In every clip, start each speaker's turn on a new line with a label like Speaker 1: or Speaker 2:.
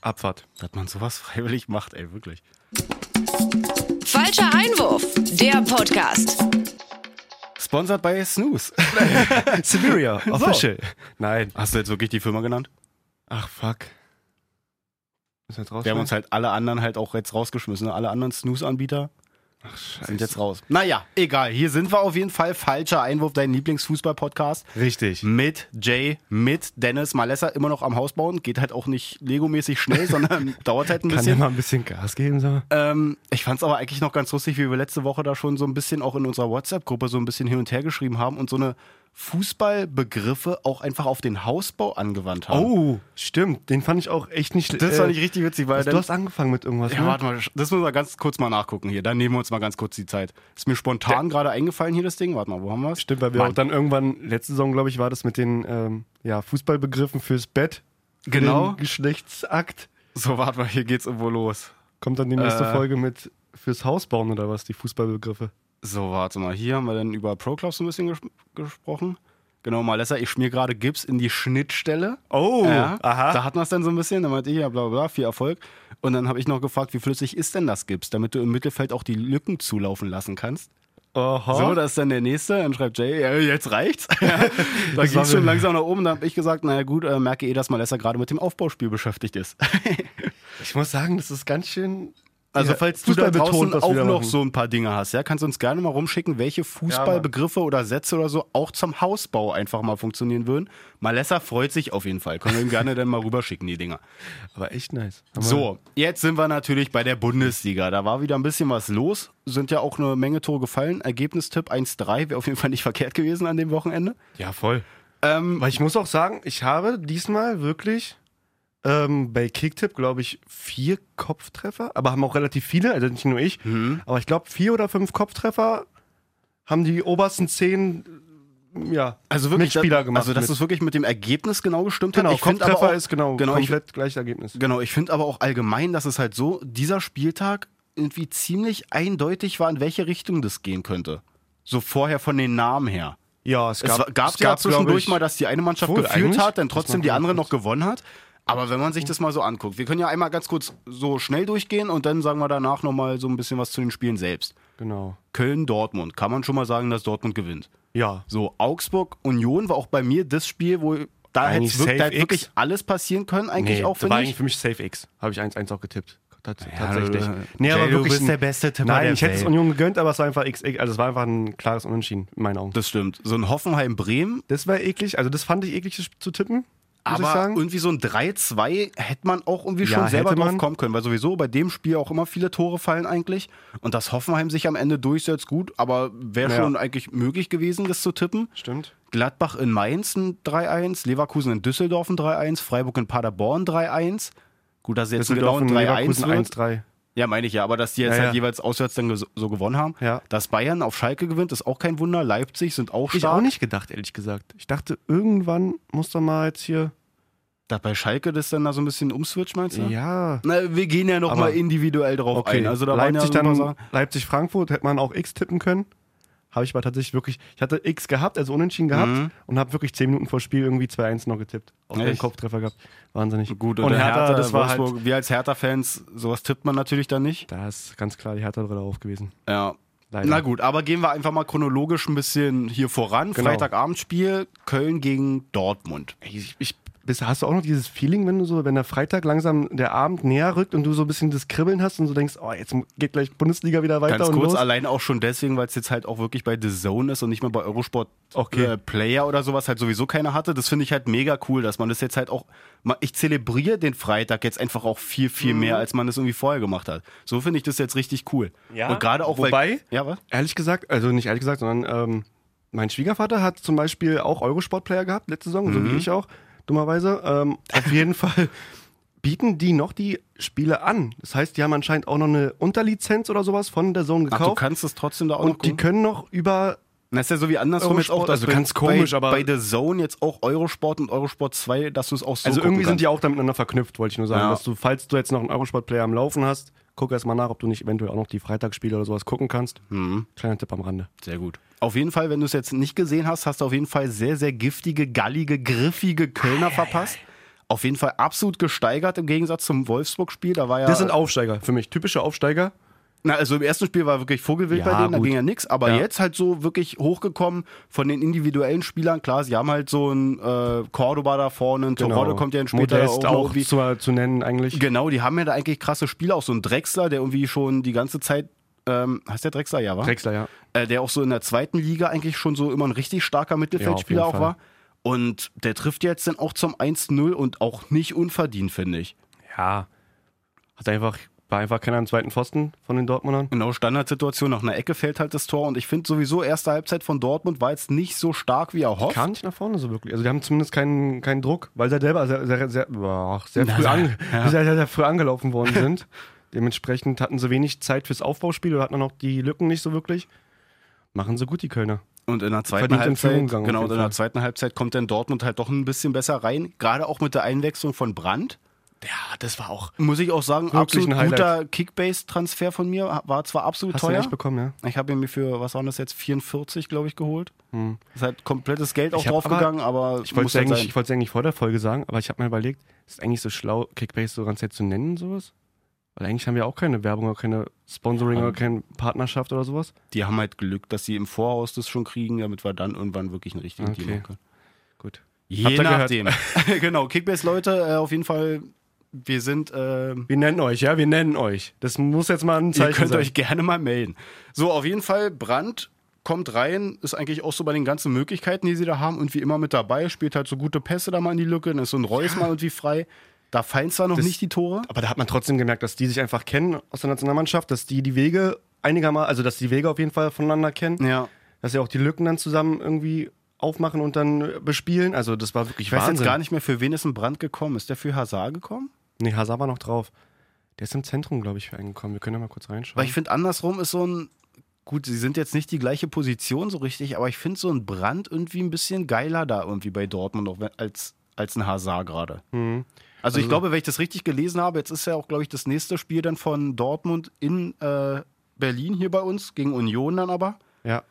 Speaker 1: Abfahrt, dass man sowas freiwillig macht, ey, wirklich.
Speaker 2: Falscher Einwurf, der Podcast.
Speaker 1: Sponsored by Snooze. Siberia, official. Nein. Hast du jetzt wirklich die Firma genannt?
Speaker 3: Ach, fuck. Müssen wir jetzt raus?
Speaker 1: Wir haben uns halt alle anderen halt auch jetzt rausgeschmissen. ne? Alle anderen Snooze-Anbieter
Speaker 3: Ach, scheiße.
Speaker 1: sind jetzt raus. Naja, egal. Hier sind wir auf jeden Fall. Falscher Einwurf, dein Lieblingsfußball-Podcast.
Speaker 3: Richtig.
Speaker 1: Mit Jay, mit Dennis Malessa immer noch am Haus bauen. Geht halt auch nicht Lego-mäßig schnell, sondern dauert halt ein
Speaker 3: Kann der
Speaker 1: bisschen.
Speaker 3: mal ein bisschen Gas geben, sag mal?
Speaker 1: Ähm, ich fand es aber eigentlich noch ganz lustig, wie wir letzte Woche da schon so ein bisschen auch in unserer WhatsApp-Gruppe so ein bisschen hin und her geschrieben haben und so eine Fußballbegriffe auch einfach auf den Hausbau angewandt haben.
Speaker 3: Oh, stimmt. Den fand ich auch echt nicht schlecht.
Speaker 1: das fand ich richtig witzig, weil
Speaker 3: also Du hast angefangen mit irgendwas.
Speaker 1: ja,
Speaker 3: ne?
Speaker 1: warte mal, das müssen wir ganz kurz mal nachgucken hier. Dann nehmen wir uns mal ganz kurz die Zeit. Ist mir spontan gerade eingefallen hier das Ding. Warte mal, wo haben wir es?
Speaker 3: Stimmt, weil wir auch dann irgendwann, letzte Saison, glaube ich, war das mit den ähm, ja, Fußballbegriffen fürs Bett. Für
Speaker 1: Genau.
Speaker 3: Den Geschlechtsakt.
Speaker 1: So, warte mal, hier geht's irgendwo los.
Speaker 3: Kommt dann die nächste
Speaker 1: Äh.
Speaker 3: Folge mit fürs Haus bauen oder was, die Fußballbegriffe.
Speaker 1: So, warte mal, hier haben wir dann über Proclubs ein bisschen ges gesprochen. Genau, Malessa, ich schmier gerade Gips in die Schnittstelle.
Speaker 3: Oh,
Speaker 1: ja, Da hatten wir es dann so ein bisschen, dann meinte ich ja bla bla, bla viel Erfolg. Und dann habe ich noch gefragt, wie flüssig ist denn das Gips, damit du im Mittelfeld auch die Lücken zulaufen lassen kannst.
Speaker 3: Aha.
Speaker 1: So, das ist dann der nächste. Dann schreibt Jay, ja, jetzt reicht's. Oh. Ja, da
Speaker 3: Das
Speaker 1: ging
Speaker 3: war
Speaker 1: schon
Speaker 3: mir-
Speaker 1: langsam nach oben. Da habe ich gesagt, naja gut, äh, merke eh, dass Malessa gerade mit dem Aufbauspiel beschäftigt ist.
Speaker 3: ich muss sagen, das ist ganz schön.
Speaker 1: Also
Speaker 3: Ja,
Speaker 1: falls du da draußen
Speaker 3: fußballbetont, was
Speaker 1: auch
Speaker 3: wir da
Speaker 1: noch
Speaker 3: machen.
Speaker 1: so ein paar Dinge hast, ja, kannst du uns gerne mal rumschicken, welche Fußballbegriffe oder Sätze oder so auch zum Hausbau einfach mal funktionieren würden. Malessa freut sich auf jeden Fall. Können wir ihm gerne dann mal rüberschicken, die Dinger.
Speaker 3: Aber echt nice. Haben wir-
Speaker 1: So, jetzt sind wir natürlich bei der Bundesliga. Da war wieder ein bisschen was los. Sind ja auch eine Menge Tore gefallen. Ergebnistipp 1-3 wäre auf jeden Fall nicht verkehrt gewesen an dem Wochenende.
Speaker 3: Ja, voll.
Speaker 1: Ähm,
Speaker 3: Weil ich muss auch sagen, ich habe diesmal wirklich ähm, bei Kicktipp, glaube ich, vier Kopftreffer, aber haben auch relativ viele, also nicht nur ich,
Speaker 1: Mhm.
Speaker 3: aber ich glaube, vier oder fünf Kopftreffer haben die obersten zehn äh, ja, Mitspieler gemacht.
Speaker 1: Also, dass
Speaker 3: mit.
Speaker 1: es wirklich mit dem Ergebnis genau gestimmt
Speaker 3: genau,
Speaker 1: hat. Ich find aber
Speaker 3: Kopftreffer
Speaker 1: auch-
Speaker 3: ist genau,
Speaker 1: genau ich,
Speaker 3: komplett gleiches Ergebnis.
Speaker 1: Genau, ich finde aber auch allgemein, dass es halt so, dieser Spieltag irgendwie ziemlich eindeutig war, in welche Richtung das gehen könnte. So vorher von den Namen her.
Speaker 3: Ja, es
Speaker 1: Es
Speaker 3: gab,
Speaker 1: gab
Speaker 3: es
Speaker 1: ja
Speaker 3: glaub
Speaker 1: zwischendurch
Speaker 3: ich-
Speaker 1: mal, dass die eine Mannschaft
Speaker 3: Obwohl,
Speaker 1: geführt
Speaker 3: eigentlich-
Speaker 1: hat, dann
Speaker 3: das
Speaker 1: trotzdem
Speaker 3: macht
Speaker 1: die
Speaker 3: man
Speaker 1: andere
Speaker 3: nicht.
Speaker 1: noch gewonnen hat. Aber wenn man sich das mal so anguckt, wir können ja einmal ganz kurz so schnell durchgehen und dann sagen wir danach nochmal so ein bisschen was zu den Spielen selbst.
Speaker 3: Genau.
Speaker 1: Köln-Dortmund, kann man schon mal sagen, dass Dortmund gewinnt.
Speaker 3: Ja.
Speaker 1: So, Augsburg-Union war auch bei mir das Spiel, wo da hätte
Speaker 3: Eigentlich
Speaker 1: wirklich, da
Speaker 3: safe
Speaker 1: hätte wirklich
Speaker 3: X.
Speaker 1: alles passieren können, eigentlich
Speaker 3: Nee,
Speaker 1: auch,
Speaker 3: das war
Speaker 1: finde ich.
Speaker 3: eigentlich für mich Safe X. Habe ich 1-1 auch getippt. Tats
Speaker 1: Ja,
Speaker 3: tatsächlich.
Speaker 1: du- Jay, du bist
Speaker 3: ein-
Speaker 1: der beste Tipper
Speaker 3: Nein,
Speaker 1: der
Speaker 3: ich hätte es
Speaker 1: Welt.
Speaker 3: Union gegönnt, aber es war einfach X. Also es war einfach ein klares Unentschieden, in meinen Augen.
Speaker 1: Das stimmt. So ein Hoffenheim-Bremen,
Speaker 3: Das war eklig. Also das fand ich eklig das zu tippen, muss ich
Speaker 1: aber
Speaker 3: sagen.
Speaker 1: irgendwie so ein 3-2 hätte man auch irgendwie
Speaker 3: Ja,
Speaker 1: schon selber
Speaker 3: hätte
Speaker 1: drauf
Speaker 3: man.
Speaker 1: kommen können, weil sowieso bei dem Spiel auch immer viele Tore fallen eigentlich. Und dass Hoffenheim sich am Ende durchsetzt, gut, aber wäre
Speaker 3: Ja.
Speaker 1: schon eigentlich möglich gewesen, das zu tippen.
Speaker 3: Stimmt.
Speaker 1: Gladbach in Mainz ein 3-1, Leverkusen in Düsseldorf ein 3-1, Freiburg in Paderborn 3-1. Gut, dass sie jetzt
Speaker 3: Düsseldorf
Speaker 1: genau ein
Speaker 3: und
Speaker 1: 3-1
Speaker 3: Leverkusen
Speaker 1: wird.
Speaker 3: 1-3.
Speaker 1: Ja, meine ich ja, aber dass die jetzt
Speaker 3: Ja, ja.
Speaker 1: halt jeweils auswärts dann ges- so gewonnen haben.
Speaker 3: Ja.
Speaker 1: Dass Bayern auf Schalke gewinnt, ist auch kein Wunder. Leipzig sind auch
Speaker 3: Hab ich
Speaker 1: stark.
Speaker 3: auch nicht gedacht, ehrlich gesagt. Ich dachte, irgendwann muss doch mal jetzt hier...
Speaker 1: Da bei Schalke das dann da so ein bisschen umswitcht, meinst du?
Speaker 3: Ja.
Speaker 1: Na, wir gehen ja
Speaker 3: Aber-
Speaker 1: nochmal individuell drauf ein. Also da waren ja
Speaker 3: Leipzig,
Speaker 1: so ein paar
Speaker 3: dann,
Speaker 1: Sachen-
Speaker 3: Leipzig-Frankfurt hätte man auch X tippen können. Habe ich aber tatsächlich wirklich... Ich hatte X gehabt, also Unentschieden gehabt
Speaker 1: Mhm.
Speaker 3: und habe wirklich 10 Minuten vor Spiel irgendwie 2-1 noch getippt. Auch
Speaker 1: Echt?
Speaker 3: keinen Kopftreffer gehabt. Wahnsinnig.
Speaker 1: Gut, und,
Speaker 3: und
Speaker 1: der
Speaker 3: Hertha, das war halt...
Speaker 1: Wolfsburg, wir als Hertha-Fans, sowas tippt man natürlich dann nicht.
Speaker 3: Da ist ganz klar die Hertha-Brille auf gewesen.
Speaker 1: Ja.
Speaker 3: Leider.
Speaker 1: Na gut, aber gehen wir einfach mal chronologisch ein bisschen hier voran.
Speaker 3: Genau.
Speaker 1: Freitagabendspiel, Köln gegen Dortmund.
Speaker 3: Ich, ich, bist, hast du auch noch dieses Feeling, wenn du so, wenn der Freitag langsam der Abend näher rückt und du so ein bisschen das Kribbeln hast und so denkst, oh, jetzt geht gleich Bundesliga wieder weiter
Speaker 1: Ganz
Speaker 3: und
Speaker 1: kurz,
Speaker 3: los.
Speaker 1: allein auch schon deswegen, weil es jetzt halt auch wirklich bei The Zone ist und nicht mehr bei Eurosport
Speaker 3: Okay.
Speaker 1: äh, Player oder sowas halt sowieso keiner hatte. Das finde ich halt mega cool, dass man das jetzt halt auch. ma- Ich zelebriere den Freitag jetzt einfach auch viel, viel
Speaker 3: Mhm.
Speaker 1: mehr, als man das irgendwie vorher gemacht hat. So finde ich das jetzt richtig cool.
Speaker 3: Ja,
Speaker 1: Und gerade auch, weil.
Speaker 3: wobei-
Speaker 1: Ja, was?
Speaker 3: Ehrlich gesagt, also nicht ehrlich gesagt, sondern ähm, mein Schwiegervater hat zum Beispiel auch Eurosport-Player gehabt letzte Saison,
Speaker 1: Mhm.
Speaker 3: so wie ich auch, dummerweise. Ähm, auf jeden Fall bieten die noch die Spiele an. Das heißt, die haben anscheinend auch noch eine Unterlizenz oder sowas von der Zone
Speaker 1: Ach, du
Speaker 3: gekauft.
Speaker 1: kannst es trotzdem da auch noch
Speaker 3: und die
Speaker 1: gucken?
Speaker 3: können noch über
Speaker 1: Das ist ja so wie andersrum jetzt auch,
Speaker 3: Eurosport,
Speaker 1: dass
Speaker 3: also
Speaker 1: bei-
Speaker 3: ganz komisch,
Speaker 1: bei,
Speaker 3: aber-
Speaker 1: bei The Zone jetzt auch Eurosport und Eurosport 2, dass du es auch so
Speaker 3: Also irgendwie
Speaker 1: gucken
Speaker 3: sind die auch da miteinander verknüpft, wollte ich nur sagen.
Speaker 1: Ja.
Speaker 3: Dass du, falls du jetzt noch einen Eurosport-Player am Laufen hast, guck erst mal nach, ob du nicht eventuell auch noch die Freitagsspiele oder sowas gucken kannst.
Speaker 1: Mhm.
Speaker 3: Kleiner Tipp am Rande.
Speaker 1: Sehr gut. Auf jeden Fall, wenn du es jetzt nicht gesehen hast, hast du auf jeden Fall sehr, sehr giftige, gallige, griffige Kölner verpasst. Auf jeden Fall absolut gesteigert im Gegensatz zum Wolfsburg-Spiel. Da war ja.
Speaker 3: Das sind Aufsteiger für mich, typische Aufsteiger.
Speaker 1: Na, also im ersten Spiel war wirklich Vogelwild
Speaker 3: Ja,
Speaker 1: bei denen, da
Speaker 3: gut.
Speaker 1: ging ja nichts. Aber
Speaker 3: Ja.
Speaker 1: jetzt halt so wirklich hochgekommen von den individuellen Spielern. Klar, sie haben halt so einen äh, Cordoba da vorne, ein Torwado kommt ja dann später
Speaker 3: Genau. Modest
Speaker 1: noch
Speaker 3: auch
Speaker 1: irgendwie.
Speaker 3: zu, zu nennen eigentlich.
Speaker 1: Genau, die haben ja da eigentlich krasse Spieler. Auch so ein Drechsler, der irgendwie schon die ganze Zeit. Ähm, heißt der Drechsler, ja, war?
Speaker 3: Drexler, ja.
Speaker 1: äh, der auch so in der zweiten Liga eigentlich schon so immer ein richtig starker Mittelfeldspieler
Speaker 3: Ja, auf
Speaker 1: auch
Speaker 3: jeden
Speaker 1: war. Und der trifft jetzt dann auch zum 1-0 und auch nicht unverdient, finde ich.
Speaker 3: Ja. Hat einfach, war einfach keiner am zweiten Pfosten von den Dortmundern.
Speaker 1: Genau, Standardsituation, nach einer Ecke fällt halt das Tor. Und ich finde sowieso, erste Halbzeit von Dortmund war jetzt nicht so stark wie erhofft.
Speaker 3: Kam nicht nach vorne so wirklich. Also die haben zumindest keinen, keinen Druck, weil sie selber sehr, sehr, sehr, boah, sehr,
Speaker 1: Na,
Speaker 3: früh
Speaker 1: sehr-
Speaker 3: an,
Speaker 1: ja.
Speaker 3: sehr, sehr, sehr früh angelaufen worden sind. Dementsprechend hatten sie wenig Zeit fürs Aufbauspiel oder hatten auch noch die Lücken nicht so wirklich. Machen sie gut, die Kölner.
Speaker 1: Und in der zweiten
Speaker 3: Verdient in Führung
Speaker 1: Halbzeit,
Speaker 3: gegangen, auf
Speaker 1: genau, und
Speaker 3: jeden
Speaker 1: in der
Speaker 3: Fall.
Speaker 1: zweiten Halbzeit kommt dann Dortmund halt doch ein bisschen besser rein. Gerade auch mit der Einwechslung von Brandt. Ja, das war auch. Muss ich auch sagen,
Speaker 3: Wirklich ein
Speaker 1: absolut
Speaker 3: Highlight.
Speaker 1: guter Kickbase-Transfer von mir. War zwar absolut
Speaker 3: Hast du
Speaker 1: teuer.
Speaker 3: nicht bekommen, ja?
Speaker 1: Ich habe ihn mir für, was waren das jetzt, 44, glaube ich, geholt. Ist halt komplettes Geld auch
Speaker 3: Ich hab
Speaker 1: draufgegangen, aber,
Speaker 3: Ich
Speaker 1: muss
Speaker 3: wollte
Speaker 1: halt
Speaker 3: es
Speaker 1: sein.
Speaker 3: eigentlich, ich wollt's eigentlich vor der Folge sagen, aber ich habe mir überlegt, ist eigentlich so schlau, Kickbase so ganz nett zu nennen, sowas? Weil eigentlich haben wir auch keine Werbung, auch keine Sponsoring
Speaker 1: Ja.
Speaker 3: oder keine Partnerschaft oder sowas.
Speaker 1: Die haben halt Glück, dass sie im Voraus das schon kriegen, damit wir dann irgendwann wirklich einen richtigen
Speaker 3: Okay.
Speaker 1: Deal machen können.
Speaker 3: Gut.
Speaker 1: Je
Speaker 3: ihr
Speaker 1: nachdem. genau, Kickbase-Leute, äh, auf jeden Fall, wir sind, äh,
Speaker 3: Wir nennen euch, ja, wir nennen euch. Das muss jetzt mal ein
Speaker 1: ihr
Speaker 3: Zeichen
Speaker 1: könnt
Speaker 3: sein.
Speaker 1: euch gerne mal melden. So, auf jeden Fall, Brandt kommt rein, ist eigentlich auch so bei den ganzen Möglichkeiten, die sie da haben und wie immer mit dabei, spielt halt so gute Pässe da mal in die Lücke, dann ist so ein Reus mal irgendwie frei. Da fallen zwar noch
Speaker 3: Das-
Speaker 1: nicht die Tore.
Speaker 3: Aber da hat man trotzdem gemerkt, dass die sich einfach kennen aus der Nationalmannschaft, dass die die Wege einigermaßen, also dass die Wege auf jeden Fall voneinander kennen,
Speaker 1: Ja,
Speaker 3: dass sie auch die Lücken dann zusammen irgendwie aufmachen und dann äh, bespielen. Also das war wirklich
Speaker 1: Ich weiß
Speaker 3: Wahnsinn.
Speaker 1: jetzt gar nicht mehr, für wen ist ein Brand gekommen. Ist der für Hazard gekommen?
Speaker 3: Nee, Hazard war noch drauf. Der ist im Zentrum, glaube ich, reingekommen. Wir können ja mal kurz
Speaker 1: Weil
Speaker 3: reinschauen.
Speaker 1: ich finde, andersrum ist so ein. Gut, sie sind jetzt nicht die gleiche Position so richtig, aber ich finde so ein Brand irgendwie ein bisschen geiler da irgendwie bei Dortmund auch wenn- als, als ein Hazard gerade.
Speaker 3: Mhm.
Speaker 1: Also, ich
Speaker 3: Also-
Speaker 1: glaube, wenn ich das richtig gelesen habe, jetzt ist ja auch, glaube ich, das nächste Spiel dann von Dortmund in äh, Berlin hier bei uns, gegen Union dann aber.
Speaker 3: Ja,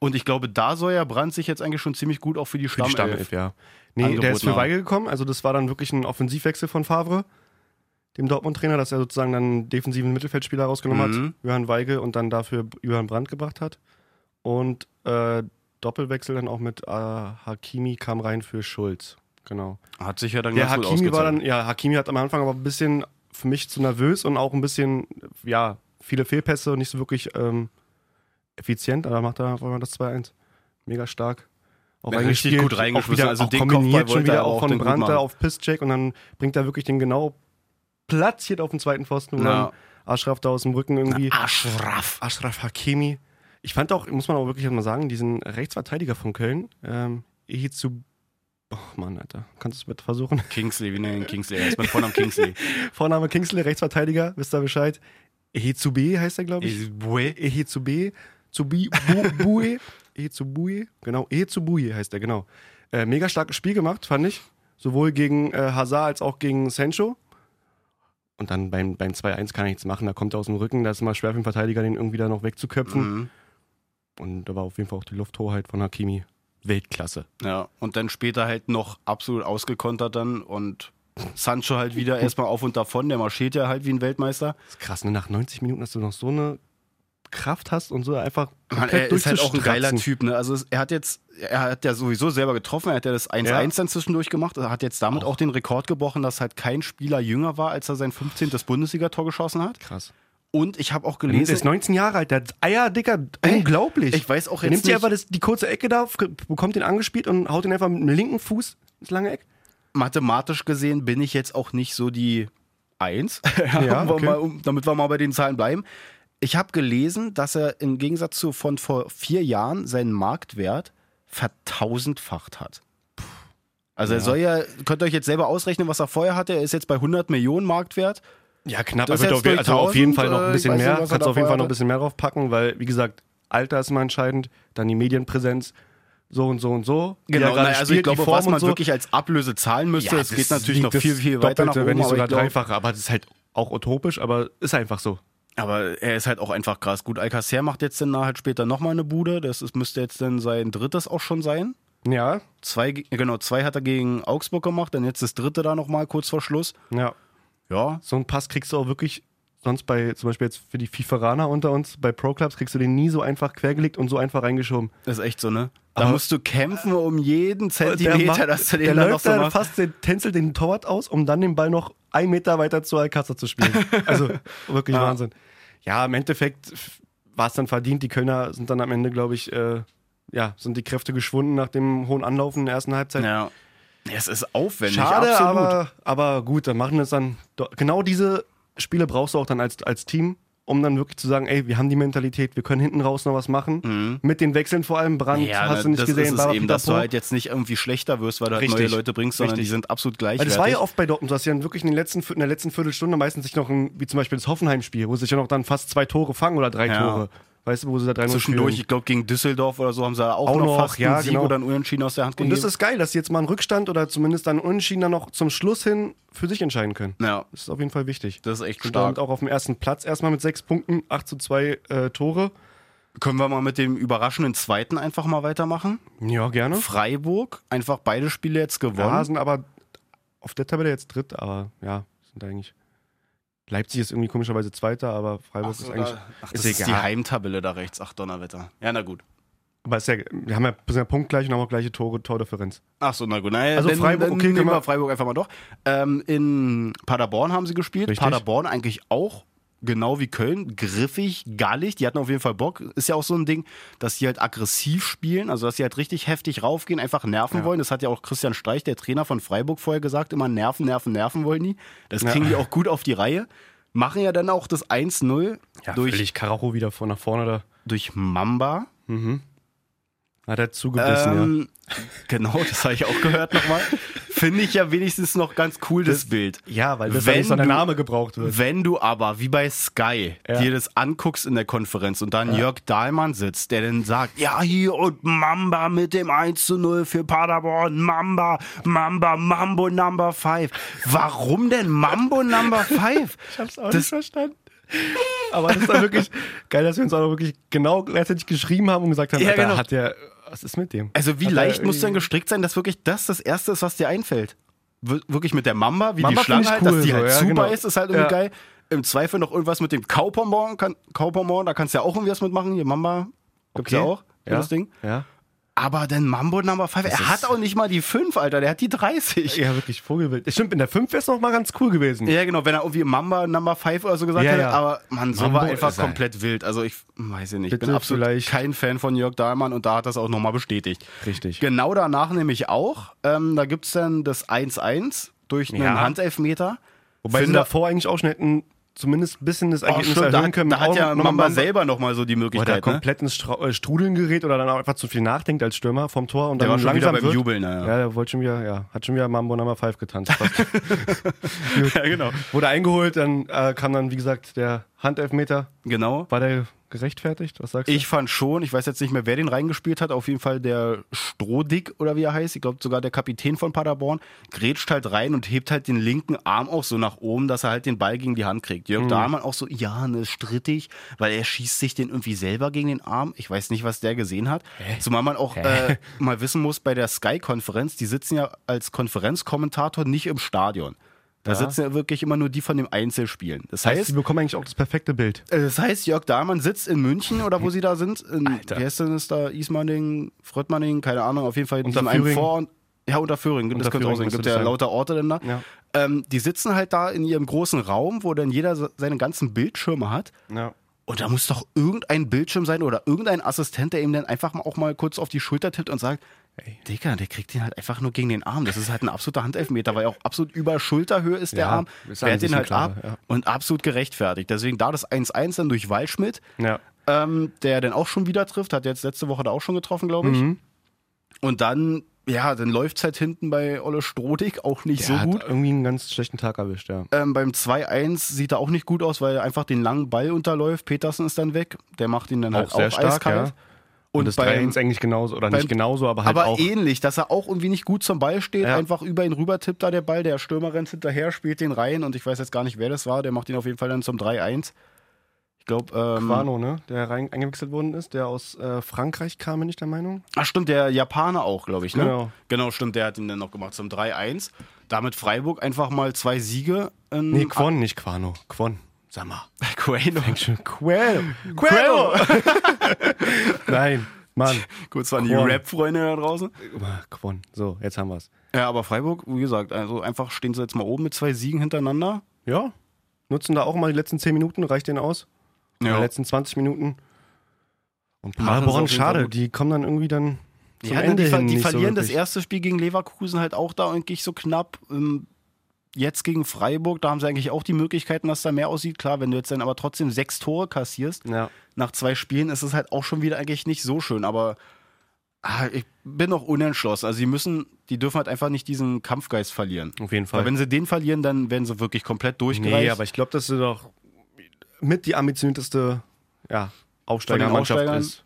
Speaker 1: Und ich glaube, da soll ja Brand sich jetzt eigentlich schon ziemlich gut auch für die
Speaker 3: für die
Speaker 1: Stammelf.
Speaker 3: Stammelf, ja. Nee, der
Speaker 1: Angeboten
Speaker 3: ist für
Speaker 1: haben.
Speaker 3: Weigel gekommen. Also das war dann wirklich ein Offensivwechsel von Favre, dem Dortmund-Trainer, dass er sozusagen dann einen defensiven Mittelfeldspieler rausgenommen
Speaker 1: Mhm.
Speaker 3: hat, Johann Weigel, und dann dafür Johann Brandt gebracht hat. Und äh, Doppelwechsel dann auch mit äh, Hakimi kam rein für Schulz. Genau.
Speaker 1: Hat sich ja dann
Speaker 3: Der
Speaker 1: ganz gut
Speaker 3: Hakimi war
Speaker 1: ausgezahlt.
Speaker 3: dann, ja, Hakimi hat am Anfang aber ein bisschen für mich zu nervös und auch ein bisschen, ja, viele Fehlpässe und nicht so wirklich ähm, effizient, aber macht er auf einmal das 2-1. Mega stark. Auch
Speaker 1: Ja, richtig
Speaker 3: eingespielt,
Speaker 1: gut
Speaker 3: auch
Speaker 1: reingeschmissen.
Speaker 3: wieder-
Speaker 1: Also
Speaker 3: auch
Speaker 1: den
Speaker 3: kombiniert
Speaker 1: Kopfball
Speaker 3: schon
Speaker 1: wollte er
Speaker 3: wieder
Speaker 1: aber
Speaker 3: auch
Speaker 1: auch
Speaker 3: von
Speaker 1: den gut
Speaker 3: Brandt
Speaker 1: machen.
Speaker 3: auf Pisscheck und dann bringt er wirklich den genau platziert auf den zweiten Pfosten, wo
Speaker 1: Ja.
Speaker 3: dann Ashraf da aus dem Rücken irgendwie.
Speaker 1: Aschraff.
Speaker 3: Ashraf Hakimi. Ich fand auch, muss man auch wirklich mal sagen, diesen Rechtsverteidiger von Köln, ähm, Ehizu. Oh Mann, Alter. Kannst du es bitte versuchen?
Speaker 1: Kingsley, wir nennen ihn Kingsley. Er ist mein Vorname Kingsley.
Speaker 3: Vorname Kingsley, Rechtsverteidiger, wisst ihr Bescheid. Ehezube heißt er, glaube ich.
Speaker 1: Isbue.
Speaker 3: Ehezube, Zubi, Bu- Bue, Ehezubue, genau, Ehezubue heißt er, genau. Äh, mega starkes Spiel gemacht, fand ich. Sowohl gegen äh, Hazard als auch gegen Sancho. Und dann beim, beim 2-1 kann er nichts machen, da kommt er aus dem Rücken, da ist immer schwer für den Verteidiger, den irgendwie da noch wegzuköpfen.
Speaker 1: Mhm.
Speaker 3: Und da war auf jeden Fall auch die Lufthoheit von Hakimi. Weltklasse.
Speaker 1: Ja, und dann später halt noch absolut ausgekontert dann und Sancho halt wieder erstmal auf und davon, der marschiert ja halt wie ein Weltmeister.
Speaker 3: Das ist krass, ne? nach 90 Minuten, dass du noch so eine Kraft hast und so einfach
Speaker 1: Man, er
Speaker 3: komplett
Speaker 1: ist halt auch ein geiler
Speaker 3: durchzustratzen.
Speaker 1: Typ, ne? Also es, er hat jetzt, er hat ja sowieso selber getroffen, er hat ja das 1-1
Speaker 3: Ja.
Speaker 1: dann zwischendurch gemacht, er hat jetzt damit auch den Rekord gebrochen, dass halt kein Spieler jünger war, als er sein 15. Bundesligator geschossen hat.
Speaker 3: Krass.
Speaker 1: Und ich habe auch
Speaker 3: Der Nils
Speaker 1: gelesen,
Speaker 3: ist 19 Jahre alt, der hat Eier, Dicker, unglaublich.
Speaker 1: ich weiß auch
Speaker 3: Er
Speaker 1: jetzt
Speaker 3: nimmt sich
Speaker 1: nicht-
Speaker 3: einfach das, die kurze Ecke da, f- bekommt den angespielt und haut den einfach mit dem linken Fuß ins lange Eck.
Speaker 1: mathematisch gesehen bin ich jetzt auch nicht so die Eins,
Speaker 3: Ja,
Speaker 1: Um
Speaker 3: okay.
Speaker 1: mal, um, damit wir mal bei den Zahlen bleiben. Ich habe gelesen, dass er im Gegensatz zu von vor vier Jahren seinen Marktwert vertausendfacht hat. Also er soll ja, könnt ihr euch jetzt selber ausrechnen, was er vorher hatte. Er ist jetzt bei 100 Millionen Marktwert.
Speaker 3: Ja, knapp.
Speaker 1: Das
Speaker 3: Er
Speaker 1: ist
Speaker 3: wird
Speaker 1: jetzt
Speaker 3: auf, jeden- also auf jeden Fall
Speaker 1: 3000,
Speaker 3: noch
Speaker 1: äh,
Speaker 3: ein
Speaker 1: ich
Speaker 3: bisschen
Speaker 1: weiß nicht,
Speaker 3: mehr.
Speaker 1: was er
Speaker 3: Kannst du auf jeden
Speaker 1: davor
Speaker 3: Fall noch ein
Speaker 1: hatte.
Speaker 3: bisschen mehr draufpacken, weil, wie gesagt, Alter ist immer entscheidend, dann die Medienpräsenz, so und so und so. Wie er
Speaker 1: Genau,
Speaker 3: gerade
Speaker 1: naja, also
Speaker 3: spielt,
Speaker 1: ich
Speaker 3: die
Speaker 1: glaube,
Speaker 3: Form
Speaker 1: was
Speaker 3: und
Speaker 1: man
Speaker 3: so.
Speaker 1: wirklich als Ablöse zahlen müsste, es
Speaker 3: das
Speaker 1: geht natürlich
Speaker 3: liegt
Speaker 1: noch
Speaker 3: das
Speaker 1: viel, viel weiter nach
Speaker 3: Doppelte,
Speaker 1: oben.
Speaker 3: Wenn nicht
Speaker 1: aber
Speaker 3: sogar
Speaker 1: ich glaub-
Speaker 3: dreifache, aber das ist halt auch utopisch, aber ist einfach so.
Speaker 1: Aber er ist halt auch einfach krass gut. Alcacer macht jetzt dann halt später nochmal eine Bude. Das ist, müsste jetzt dann sein drittes auch schon sein.
Speaker 3: Ja,
Speaker 1: Zwei, ge- genau, zwei hat er gegen Augsburg gemacht, dann jetzt das dritte da nochmal kurz vor Schluss.
Speaker 3: ja.
Speaker 1: Ja,
Speaker 3: So einen Pass kriegst du auch wirklich sonst bei, zum Beispiel jetzt für die Fiferaner unter uns, bei Pro-Clubs kriegst du den nie so einfach quergelegt und so einfach reingeschoben.
Speaker 1: ist echt so, ne? Da
Speaker 3: Aber-
Speaker 1: musst du kämpfen um jeden
Speaker 3: Der
Speaker 1: Zentimeter,
Speaker 3: macht-
Speaker 1: dass du
Speaker 3: der
Speaker 1: den dann noch
Speaker 3: läuft
Speaker 1: so
Speaker 3: dann
Speaker 1: machst.
Speaker 3: fast, den, tänzelt den Torwart aus, um dann den Ball noch einen Meter weiter zu Alcázar zu spielen. Also wirklich
Speaker 1: Ja.
Speaker 3: Wahnsinn. Ja, im Endeffekt f- war es dann verdient. Die Kölner sind dann am Ende, glaube ich, äh, ja, sind die Kräfte geschwunden nach dem hohen Anlaufen in der ersten Halbzeit.
Speaker 1: Ja. Es ist aufwendig,
Speaker 3: Schade,
Speaker 1: absolut.
Speaker 3: aber, aber gut, dann machen wir es dann. do- Genau diese Spiele brauchst du auch dann als, als Team, um dann wirklich zu sagen, ey, wir haben die Mentalität, wir können hinten raus noch was machen. Mit den Wechseln vor allem, Brand,
Speaker 1: Mhm. ja,
Speaker 3: hast du nicht
Speaker 1: das
Speaker 3: gesehen,
Speaker 1: ist es
Speaker 3: Baba
Speaker 1: eben, dass du
Speaker 3: Pipapo.
Speaker 1: halt jetzt nicht irgendwie schlechter wirst, weil du halt
Speaker 3: Richtig.
Speaker 1: neue Leute bringst, sondern
Speaker 3: Richtig.
Speaker 1: die sind absolut
Speaker 3: Weil
Speaker 1: gleichwertig.
Speaker 3: das war ja oft bei Dortmund, dass sie dann wirklich in, den letzten, in der letzten Viertelstunde meistens sich noch, ein, wie zum Beispiel das Hoffenheim-Spiel, wo sie sich ja noch dann fast zwei Tore fangen oder drei
Speaker 1: Ja.
Speaker 3: Tore. Weißt du, wo sie da drei
Speaker 1: Zwischendurch, ich glaube, gegen Düsseldorf oder so haben sie auch,
Speaker 3: Auch
Speaker 1: noch
Speaker 3: noch,
Speaker 1: fast
Speaker 3: ja,
Speaker 1: einen Sieg
Speaker 3: genau.
Speaker 1: oder einen Unentschieden aus der Hand
Speaker 3: Und
Speaker 1: gegeben.
Speaker 3: das ist geil, dass sie jetzt mal einen Rückstand oder zumindest dann Unentschieden dann noch zum Schluss hin für sich entscheiden können.
Speaker 1: ja,
Speaker 3: Das ist auf jeden Fall wichtig.
Speaker 1: das ist echt
Speaker 3: Und damit
Speaker 1: stark.
Speaker 3: auch auf dem ersten Platz erstmal mit sechs Punkten, 8 zu 2 äh, Tore.
Speaker 1: Können wir mal mit dem überraschenden zweiten einfach mal weitermachen?
Speaker 3: Ja,
Speaker 1: Ne?
Speaker 3: gerne.
Speaker 1: Freiburg, einfach beide Spiele jetzt gewonnen.
Speaker 3: Ja, sind aber auf der Tabelle jetzt dritt, aber ja, sind eigentlich. Leipzig ist irgendwie komischerweise Zweiter, aber Freiburg
Speaker 1: so,
Speaker 3: ist eigentlich.
Speaker 1: da- ach, das ist, die Heimtabelle da rechts. Ach, Donnerwetter. Ja, na gut.
Speaker 3: Aber ist ja, wir haben ja, sind ja punktgleich und haben auch gleiche Tore, Tordifferenz.
Speaker 1: Ach so, na gut. Naja,
Speaker 3: Also
Speaker 1: dann,
Speaker 3: Freiburg,
Speaker 1: dann
Speaker 3: okay,
Speaker 1: nehmen
Speaker 3: können
Speaker 1: wir
Speaker 3: wir-
Speaker 1: Freiburg einfach mal doch. Ähm, in Paderborn haben sie gespielt.
Speaker 3: Richtig.
Speaker 1: Paderborn eigentlich auch, genau wie Köln, griffig, gallig. Die hatten auf jeden Fall Bock. Ist ja auch so ein Ding, dass sie halt aggressiv spielen, also dass sie halt richtig heftig raufgehen, einfach nerven wollen. Das hat ja auch Christian Streich, der Trainer von Freiburg, vorher gesagt. Immer nerven, nerven, nerven wollen die. Das kriegen die auch gut auf die Reihe. Machen ja dann auch das 1-0 durch,
Speaker 3: völlig Karacho wieder vor nach vorne da.
Speaker 1: durch Mamba.
Speaker 3: Hat er zugebissen, ja.
Speaker 1: Ähm, Genau, das habe ich auch gehört nochmal. Finde ich ja wenigstens noch ganz cool, das, Bild.
Speaker 3: Ja, weil
Speaker 1: wenn
Speaker 3: so der
Speaker 1: du-
Speaker 3: Name gebraucht wird.
Speaker 1: Wenn du aber, wie bei Sky,
Speaker 3: Ja.
Speaker 1: dir das anguckst in der Konferenz und dann Jörg Dahlmann sitzt, der dann sagt, ja, hier und Mamba mit dem 1 zu 0 für Paderborn, Mamba, Mamba, Mambo Number 5. Warum denn Mambo Number 5?
Speaker 3: Ich hab's auch nicht verstanden. Aber das ist dann wirklich geil, dass wir uns auch wirklich genau gleichzeitig geschrieben haben und gesagt haben,
Speaker 1: Ja,
Speaker 3: Alter,
Speaker 1: genau.
Speaker 3: hat der, was ist mit dem?
Speaker 1: Also wie
Speaker 3: Hat er
Speaker 1: leicht musst du denn
Speaker 3: irgendwie-
Speaker 1: gestrickt sein, dass wirklich das das Erste ist, was dir einfällt? Wir- Wirklich mit der Mamba, wie
Speaker 3: Mamba
Speaker 1: die
Speaker 3: find
Speaker 1: Schlange
Speaker 3: ich
Speaker 1: halt,
Speaker 3: cool
Speaker 1: dass die
Speaker 3: so,
Speaker 1: halt
Speaker 3: ja, genau.
Speaker 1: zubeißt, ist halt irgendwie
Speaker 3: Ja.
Speaker 1: geil. Im Zweifel noch irgendwas mit dem Kaupomborn, kann, Kaupomborn, da kannst du ja auch irgendwie was mitmachen. Hier Mamba gibt's ja auch,
Speaker 3: ja.
Speaker 1: das Ding.
Speaker 3: Ja.
Speaker 1: Aber dann Mambo Number 5, er hat auch nicht mal die 5, Alter, der hat die 30.
Speaker 3: ja, wirklich Vogelwild. Stimmt, in der 5 wäre es noch mal ganz cool gewesen.
Speaker 1: Ja, genau, wenn er irgendwie Mamba Number 5 oder so gesagt
Speaker 3: Ja,
Speaker 1: hätte,
Speaker 3: ja.
Speaker 1: aber man, so
Speaker 3: Mambo
Speaker 1: war einfach
Speaker 3: ist er.
Speaker 1: komplett wild. Also ich weiß ja nicht, ich bin
Speaker 3: Bitte
Speaker 1: absolut
Speaker 3: vielleicht-
Speaker 1: kein Fan von Jörg Dahlmann und da hat das auch nochmal bestätigt.
Speaker 3: Richtig.
Speaker 1: Genau danach nämlich auch. Ähm, da gibt es dann das 1-1 durch einen
Speaker 3: Ja.
Speaker 1: Handelfmeter.
Speaker 3: Wobei sie
Speaker 1: Finde-
Speaker 3: davor eigentlich auch schon hätten zumindest ein bisschen das
Speaker 1: Oh,
Speaker 3: Ergebnis
Speaker 1: stimmt, da,
Speaker 3: erhöhen
Speaker 1: hat-
Speaker 3: können.
Speaker 1: da hat
Speaker 3: Auch
Speaker 1: ja
Speaker 3: noch mal
Speaker 1: Mamba
Speaker 3: Mamba-
Speaker 1: selber nochmal so die
Speaker 3: Boah, der
Speaker 1: Möglichkeit. ne?
Speaker 3: komplett ins Stra äh, Strudeln gerät oder dann auch einfach zu viel nachdenkt als Stürmer vom Tor und
Speaker 1: Der
Speaker 3: dann
Speaker 1: war schon wieder
Speaker 3: langsam
Speaker 1: beim
Speaker 3: wird.
Speaker 1: Jubeln. Ja, ja.
Speaker 3: Ja, der wollte schon wieder, ja, hat schon wieder Mambo Number 5 getanzt. Fast.
Speaker 1: ja, genau.
Speaker 3: Wurde eingeholt, dann äh, kam dann, wie gesagt, der Handelfmeter.
Speaker 1: Genau.
Speaker 3: War der gerechtfertigt? Was sagst du?
Speaker 1: Ich fand schon, ich weiß jetzt nicht mehr, wer den reingespielt hat, auf jeden Fall der Strohdick oder wie er heißt, ich glaube sogar der Kapitän von Paderborn, grätscht halt rein und hebt halt den linken Arm auch so nach oben, dass er halt den Ball gegen die Hand kriegt. Jörg Dahlmann auch so, ja, ne, ist strittig, weil er schießt sich den irgendwie selber gegen den Arm. Ich weiß nicht, was der gesehen hat. Zumal man auch äh, mal wissen muss, bei der Sky-Konferenz, die sitzen ja als Konferenzkommentator nicht im Stadion. Da sitzen ja wirklich immer nur die von dem Einzelspielen. Das heißt,
Speaker 3: Sie bekommen eigentlich auch das perfekte Bild.
Speaker 1: äh, Das heißt, Jörg Dahlmann sitzt in München oder wo sie da sind. In,
Speaker 3: Alter.
Speaker 1: Wie heißt denn das da? Ismaning, Fröttmanning, keine Ahnung, auf jeden Fall. in
Speaker 3: Unter
Speaker 1: diesem einen
Speaker 3: Föhring.
Speaker 1: Vor und, ja, unter Föhring, das
Speaker 3: Unter
Speaker 1: könnte auch
Speaker 3: Föhring
Speaker 1: sein.
Speaker 3: müsste
Speaker 1: Gibt
Speaker 3: das
Speaker 1: ja
Speaker 3: sein.
Speaker 1: lauter Orte denn da.
Speaker 3: Ja.
Speaker 1: Ähm, die sitzen halt da in ihrem großen Raum, wo dann jeder se- seine ganzen Bildschirme hat.
Speaker 3: Ja.
Speaker 1: Und da muss doch irgendein Bildschirm sein oder irgendein Assistent, der ihm dann einfach mal auch mal kurz auf die Schulter tippt und sagt, Dicker, der kriegt den halt einfach nur gegen den Arm. Das ist halt ein absoluter Handelfmeter, weil er auch absolut über Schulterhöhe ist der
Speaker 3: Ja,
Speaker 1: Arm.
Speaker 3: ist an
Speaker 1: Wehrt
Speaker 3: sich
Speaker 1: den
Speaker 3: ein
Speaker 1: halt
Speaker 3: klarer,
Speaker 1: ab
Speaker 3: ja.
Speaker 1: und absolut gerechtfertigt. Deswegen da das 1-1 dann durch Waldschmidt,
Speaker 3: ja.
Speaker 1: ähm, der dann auch schon wieder trifft, hat jetzt letzte Woche da auch schon getroffen, glaube ich.
Speaker 3: Mhm.
Speaker 1: Und dann, ja, dann läuft es halt hinten bei Olle Strodig auch nicht
Speaker 3: Der
Speaker 1: so
Speaker 3: hat
Speaker 1: gut.
Speaker 3: irgendwie einen ganz schlechten Tag erwischt, ja.
Speaker 1: Ähm, beim 2-1 sieht er auch nicht gut aus, weil er einfach den langen Ball unterläuft. Petersen ist dann weg. Der macht ihn dann halt auch, eiskalt.
Speaker 3: ja. Und, das
Speaker 1: beim-
Speaker 3: 3-1 eigentlich genauso, oder
Speaker 1: beim-
Speaker 3: nicht genauso, aber halt
Speaker 1: aber
Speaker 3: auch.
Speaker 1: ähnlich, dass er auch irgendwie nicht gut zum Ball steht,
Speaker 3: Ja.
Speaker 1: einfach über ihn rüber tippt da der Ball, der Stürmer rennt hinterher, spielt den rein und ich weiß jetzt gar nicht, wer das war, der macht ihn auf jeden Fall dann zum 3-1. Ich Ich glaube, ähm,
Speaker 3: Quano, ne? Der rein eingewechselt worden ist, der aus äh, Frankreich kam, bin ich der Meinung.
Speaker 1: Ach stimmt, der Japaner auch, glaube ich, ne?
Speaker 3: Genau.
Speaker 1: Genau, stimmt, der hat ihn dann noch gemacht zum 3-1. Damit Freiburg einfach mal zwei Siege in
Speaker 3: Nee, Quon, nicht Quano. Quon. Sag mal.
Speaker 1: Queno.
Speaker 3: Quello. Quello. Nein, Mann.
Speaker 1: Kurz waren die
Speaker 3: Quon.
Speaker 1: Rap-Freunde da draußen.
Speaker 3: Quon. So, jetzt haben wir's.
Speaker 1: Ja, aber Freiburg, wie gesagt, also einfach stehen sie jetzt mal oben mit zwei Siegen hintereinander.
Speaker 3: Ja. Nutzen da auch mal die letzten 10 Minuten, reicht denen aus? Die letzten 20 Minuten. Und
Speaker 1: Machen sie auf
Speaker 3: Paderborn,
Speaker 1: jeden Fall
Speaker 3: schade,
Speaker 1: gut.
Speaker 3: die kommen dann irgendwie dann zum
Speaker 1: Ja,
Speaker 3: Ende
Speaker 1: die, ver-
Speaker 3: hin
Speaker 1: die
Speaker 3: nicht
Speaker 1: verlieren
Speaker 3: so
Speaker 1: das
Speaker 3: wirklich.
Speaker 1: erste Spiel gegen Leverkusen halt auch da und so knapp. Ähm, jetzt gegen Freiburg, da haben sie eigentlich auch die Möglichkeiten, dass da mehr aussieht. Klar, wenn du jetzt dann aber trotzdem sechs Tore kassierst,
Speaker 3: Ja.
Speaker 1: nach zwei Spielen ist es halt auch schon wieder eigentlich nicht so schön. Aber ah, ich bin noch unentschlossen. Also die müssen, die dürfen halt einfach nicht diesen Kampfgeist verlieren.
Speaker 3: Auf jeden Fall.
Speaker 1: Weil wenn sie den verlieren, dann werden sie wirklich komplett durchgereicht.
Speaker 3: Nee, aber ich glaube, dass sie doch mit die ambitionierteste ja, Aufsteigermannschaft
Speaker 1: Aufsteigern.
Speaker 3: ist.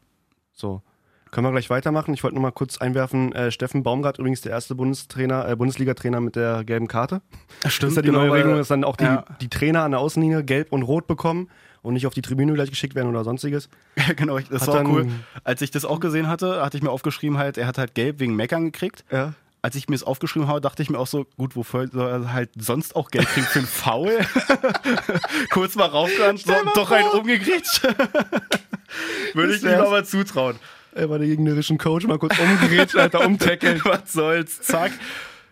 Speaker 3: So. Können wir gleich weitermachen. Ich wollte nur mal kurz einwerfen, äh, Steffen Baumgart übrigens der erste Bundestrainer, äh, Bundesliga-Trainer mit der gelben Karte.
Speaker 1: stimmt,
Speaker 3: Das ist ja die
Speaker 1: genau,
Speaker 3: neue
Speaker 1: weil-
Speaker 3: Regelung, dass dann auch die,
Speaker 1: ja.
Speaker 3: die Trainer an der Außenlinie gelb und rot bekommen und nicht auf die Tribüne gleich geschickt werden oder sonstiges.
Speaker 1: Ja, genau, ich- das
Speaker 3: Hat
Speaker 1: war
Speaker 3: dann-
Speaker 1: auch cool. Als ich das auch gesehen hatte, hatte ich mir aufgeschrieben, halt, er hat halt gelb wegen Meckern gekriegt.
Speaker 3: Ja.
Speaker 1: Als ich mir das aufgeschrieben habe, dachte ich mir auch so, gut, wofür soll er halt sonst auch Geld kriegen für einen Foul? Kurz mal raufgerannt, so, doch einen umgegrätscht. Würde ich
Speaker 3: Das wär's.
Speaker 1: mir aber zutrauen.
Speaker 3: Er war der gegnerischen Coach mal kurz umgerätscht, Alter, umtackelt. Genau,
Speaker 1: Was soll's, zack.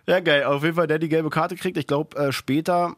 Speaker 1: Ja, geil. Auf jeden Fall, der die gelbe Karte kriegt. Ich glaube, äh, später,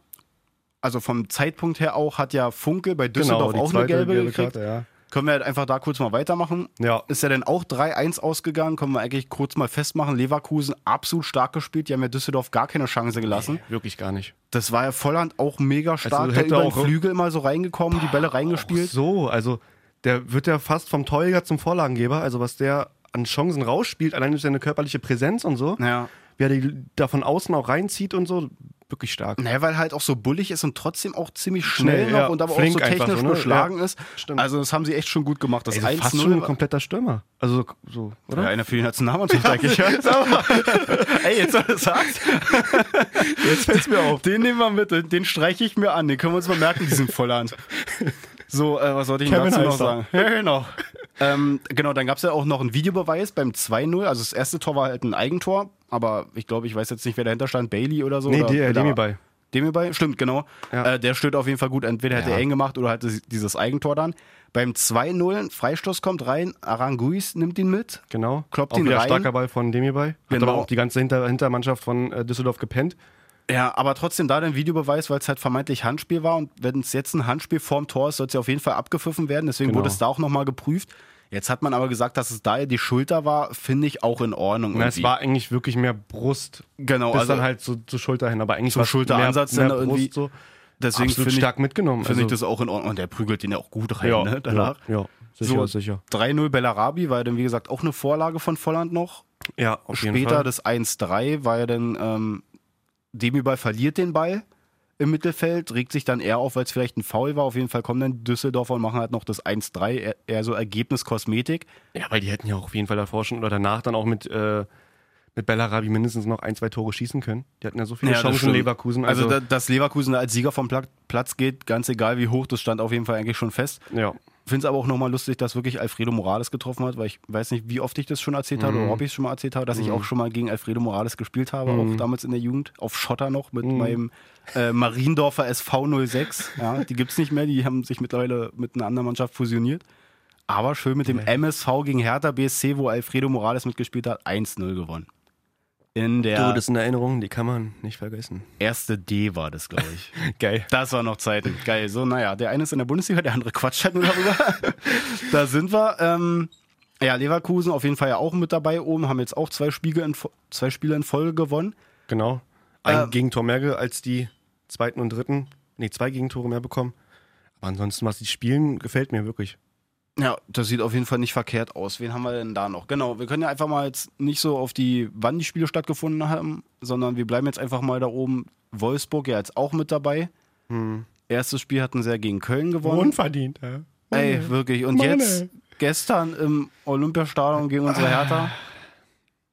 Speaker 1: also vom Zeitpunkt her auch, hat ja Funke bei
Speaker 3: Genau,
Speaker 1: Düsseldorf auch eine gelbe, gekriegt.
Speaker 3: Karte,
Speaker 1: Können wir halt einfach da kurz mal weitermachen.
Speaker 3: ja. Ja,
Speaker 1: Ist ja dann auch 3-1 ausgegangen, können wir eigentlich kurz mal festmachen. Leverkusen absolut stark gespielt, die haben ja Düsseldorf gar keine Chance gelassen.
Speaker 3: wirklich gar nicht.
Speaker 1: Das war ja Volland auch mega stark, der
Speaker 3: Also hätte
Speaker 1: über den
Speaker 3: auch-
Speaker 1: Flügel mal so reingekommen, die Bälle reingespielt.
Speaker 3: Auch so, also der wird ja fast vom Torjäger zum Vorlagengeber. Also was der an Chancen rausspielt, allein durch seine körperliche Präsenz und so,
Speaker 1: Ja.
Speaker 3: wie er die da von außen auch reinzieht und so, wirklich stark.
Speaker 1: Naja, weil er halt auch so bullig ist und trotzdem auch ziemlich schnell
Speaker 3: Schnell,
Speaker 1: noch
Speaker 3: ja.
Speaker 1: und aber
Speaker 3: Flink
Speaker 1: auch so
Speaker 3: einfach
Speaker 1: technisch
Speaker 3: so, ne?
Speaker 1: beschlagen
Speaker 3: Ja.
Speaker 1: ist.
Speaker 3: Stimmt.
Speaker 1: Also das haben sie echt schon gut gemacht. Das
Speaker 3: Ey,
Speaker 1: 1-0
Speaker 3: Also fast schon ein
Speaker 1: war-
Speaker 3: kompletter Stürmer. Also so, so
Speaker 1: ja,
Speaker 3: oder?
Speaker 1: einer für die Nationalmannschaft eigentlich. Ey, jetzt, wo du sagst,
Speaker 3: Jetzt fällt's mir auf.
Speaker 1: den nehmen wir mit, den streiche ich mir an, den können wir uns mal merken, diesen Volland. So, äh, was sollte ich denn
Speaker 3: Kevin
Speaker 1: dazu noch
Speaker 3: heißt er.
Speaker 1: sagen? Ja, genau. ähm, genau, dann gab es ja auch noch einen Videobeweis beim 2-0. Also das erste Tor war halt ein Eigentor, aber ich glaube, ich weiß jetzt nicht, wer dahinter stand, Bailey oder so.
Speaker 3: Nee,
Speaker 1: oder,
Speaker 3: der
Speaker 1: oder-
Speaker 3: Demibay.
Speaker 1: Demirbay, stimmt, genau.
Speaker 3: Ja.
Speaker 1: Äh, der stört auf jeden Fall gut. Entweder hat
Speaker 3: Ja.
Speaker 1: er eng gemacht oder hat es- dieses Eigentor dann. Beim 2-0, ein Freistoß kommt rein, Aranguiz nimmt ihn mit.
Speaker 3: Genau.
Speaker 1: Kloppt
Speaker 3: auch
Speaker 1: ihn
Speaker 3: wieder
Speaker 1: rein.
Speaker 3: starker Ball von Demibay. Hat
Speaker 1: Genau.
Speaker 3: aber auch die ganze Hinter Hintermannschaft von äh, Düsseldorf gepennt.
Speaker 1: Ja, aber trotzdem da den Videobeweis, weil es halt vermeintlich Handspiel war. Und wenn es jetzt ein Handspiel vorm Tor ist, soll es ja auf jeden Fall abgepfiffen werden. Deswegen
Speaker 3: Genau.
Speaker 1: wurde es da auch nochmal geprüft. Jetzt hat man aber gesagt, dass es da die Schulter war, finde ich auch in Ordnung.
Speaker 3: Na, es
Speaker 1: irgendwie.
Speaker 3: war eigentlich wirklich mehr Brust.
Speaker 1: genau,
Speaker 3: Bis
Speaker 1: also
Speaker 3: dann halt zur zur Schulter hin, aber eigentlich
Speaker 1: Zum
Speaker 3: war's
Speaker 1: Schulteransatz
Speaker 3: mehr,
Speaker 1: dann
Speaker 3: mehr
Speaker 1: irgendwie.
Speaker 3: Brust so.
Speaker 1: deswegen
Speaker 3: absolut
Speaker 1: finde ich,
Speaker 3: stark mitgenommen.
Speaker 1: finde ich das auch in Ordnung. Und der prügelt ihn ja auch gut rein,
Speaker 3: also- ja,
Speaker 1: ne? Danach.
Speaker 3: ja, ja, sicher,
Speaker 1: So,
Speaker 3: sicher.
Speaker 1: 3-0 Bellarabi war ja dann, wie gesagt, auch eine Vorlage von Volland noch.
Speaker 3: Ja, auf jeden
Speaker 1: Später
Speaker 3: Fall.
Speaker 1: das 1-3 war ja dann, ähm, Demiball verliert den Ball im Mittelfeld, regt sich dann eher auf, weil es vielleicht ein Foul war. Auf jeden Fall kommen dann Düsseldorfer und machen halt noch das 1-3, eher- eher so Ergebniskosmetik.
Speaker 3: Ja, weil die hätten ja auch auf jeden Fall davor schon oder danach dann auch mit, äh, mit Bellarabi mindestens noch ein, zwei Tore schießen können. Die hatten ja so viele Chancen Leverkusen.
Speaker 1: Also,
Speaker 3: Also,
Speaker 1: da, dass Leverkusen da als Sieger vom Pla- Platz geht, ganz egal wie hoch, das stand auf jeden Fall eigentlich schon fest.
Speaker 3: ja.
Speaker 1: Finde es aber auch nochmal lustig, dass wirklich Alfredo Morales getroffen hat, weil ich weiß nicht, wie oft ich das schon erzählt habe
Speaker 3: Mhm.
Speaker 1: oder ob ich es schon mal erzählt habe, dass ich auch schon mal gegen Alfredo Morales gespielt habe,
Speaker 3: Mhm.
Speaker 1: auch damals in der Jugend, auf Schotter noch mit meinem äh, Mariendorfer SV 06. Ja, die gibt es nicht mehr, die haben sich mittlerweile mit einer anderen Mannschaft fusioniert. Aber schön mit dem MSV gegen Hertha BSC, wo Alfredo Morales mitgespielt hat, 1-0 gewonnen. In
Speaker 3: Du,
Speaker 1: der
Speaker 3: das sind Erinnerungen, die kann man nicht vergessen.
Speaker 1: erste D war das, glaube ich.
Speaker 3: Geil.
Speaker 1: Das war noch Zeiten. Geil. So, naja, der eine ist in der Bundesliga, der andere quatscht halt nur darüber. da sind wir. Ähm, ja, Leverkusen auf jeden Fall ja auch mit dabei oben, haben jetzt auch zwei Spiele in, Fo- zwei Spiele in Folge gewonnen.
Speaker 3: Genau. Ein
Speaker 1: Ähm.
Speaker 3: Gegentor mehr ge- als die zweiten und dritten. Nee, zwei Gegentore mehr bekommen. Aber ansonsten, was die spielen, gefällt mir wirklich.
Speaker 1: Ja, das sieht auf jeden Fall nicht verkehrt aus. Wen haben wir denn da noch? Genau, wir können ja einfach mal jetzt nicht so auf die, wann die Spiele stattgefunden haben, sondern wir bleiben jetzt einfach mal da oben. Wolfsburg ja jetzt auch mit dabei. Erstes Spiel hatten sie ja gegen Köln gewonnen.
Speaker 3: Unverdient, ja.
Speaker 1: Ey, wirklich. Und
Speaker 3: Meine.
Speaker 1: jetzt, gestern im Olympiastadion gegen unsere Hertha.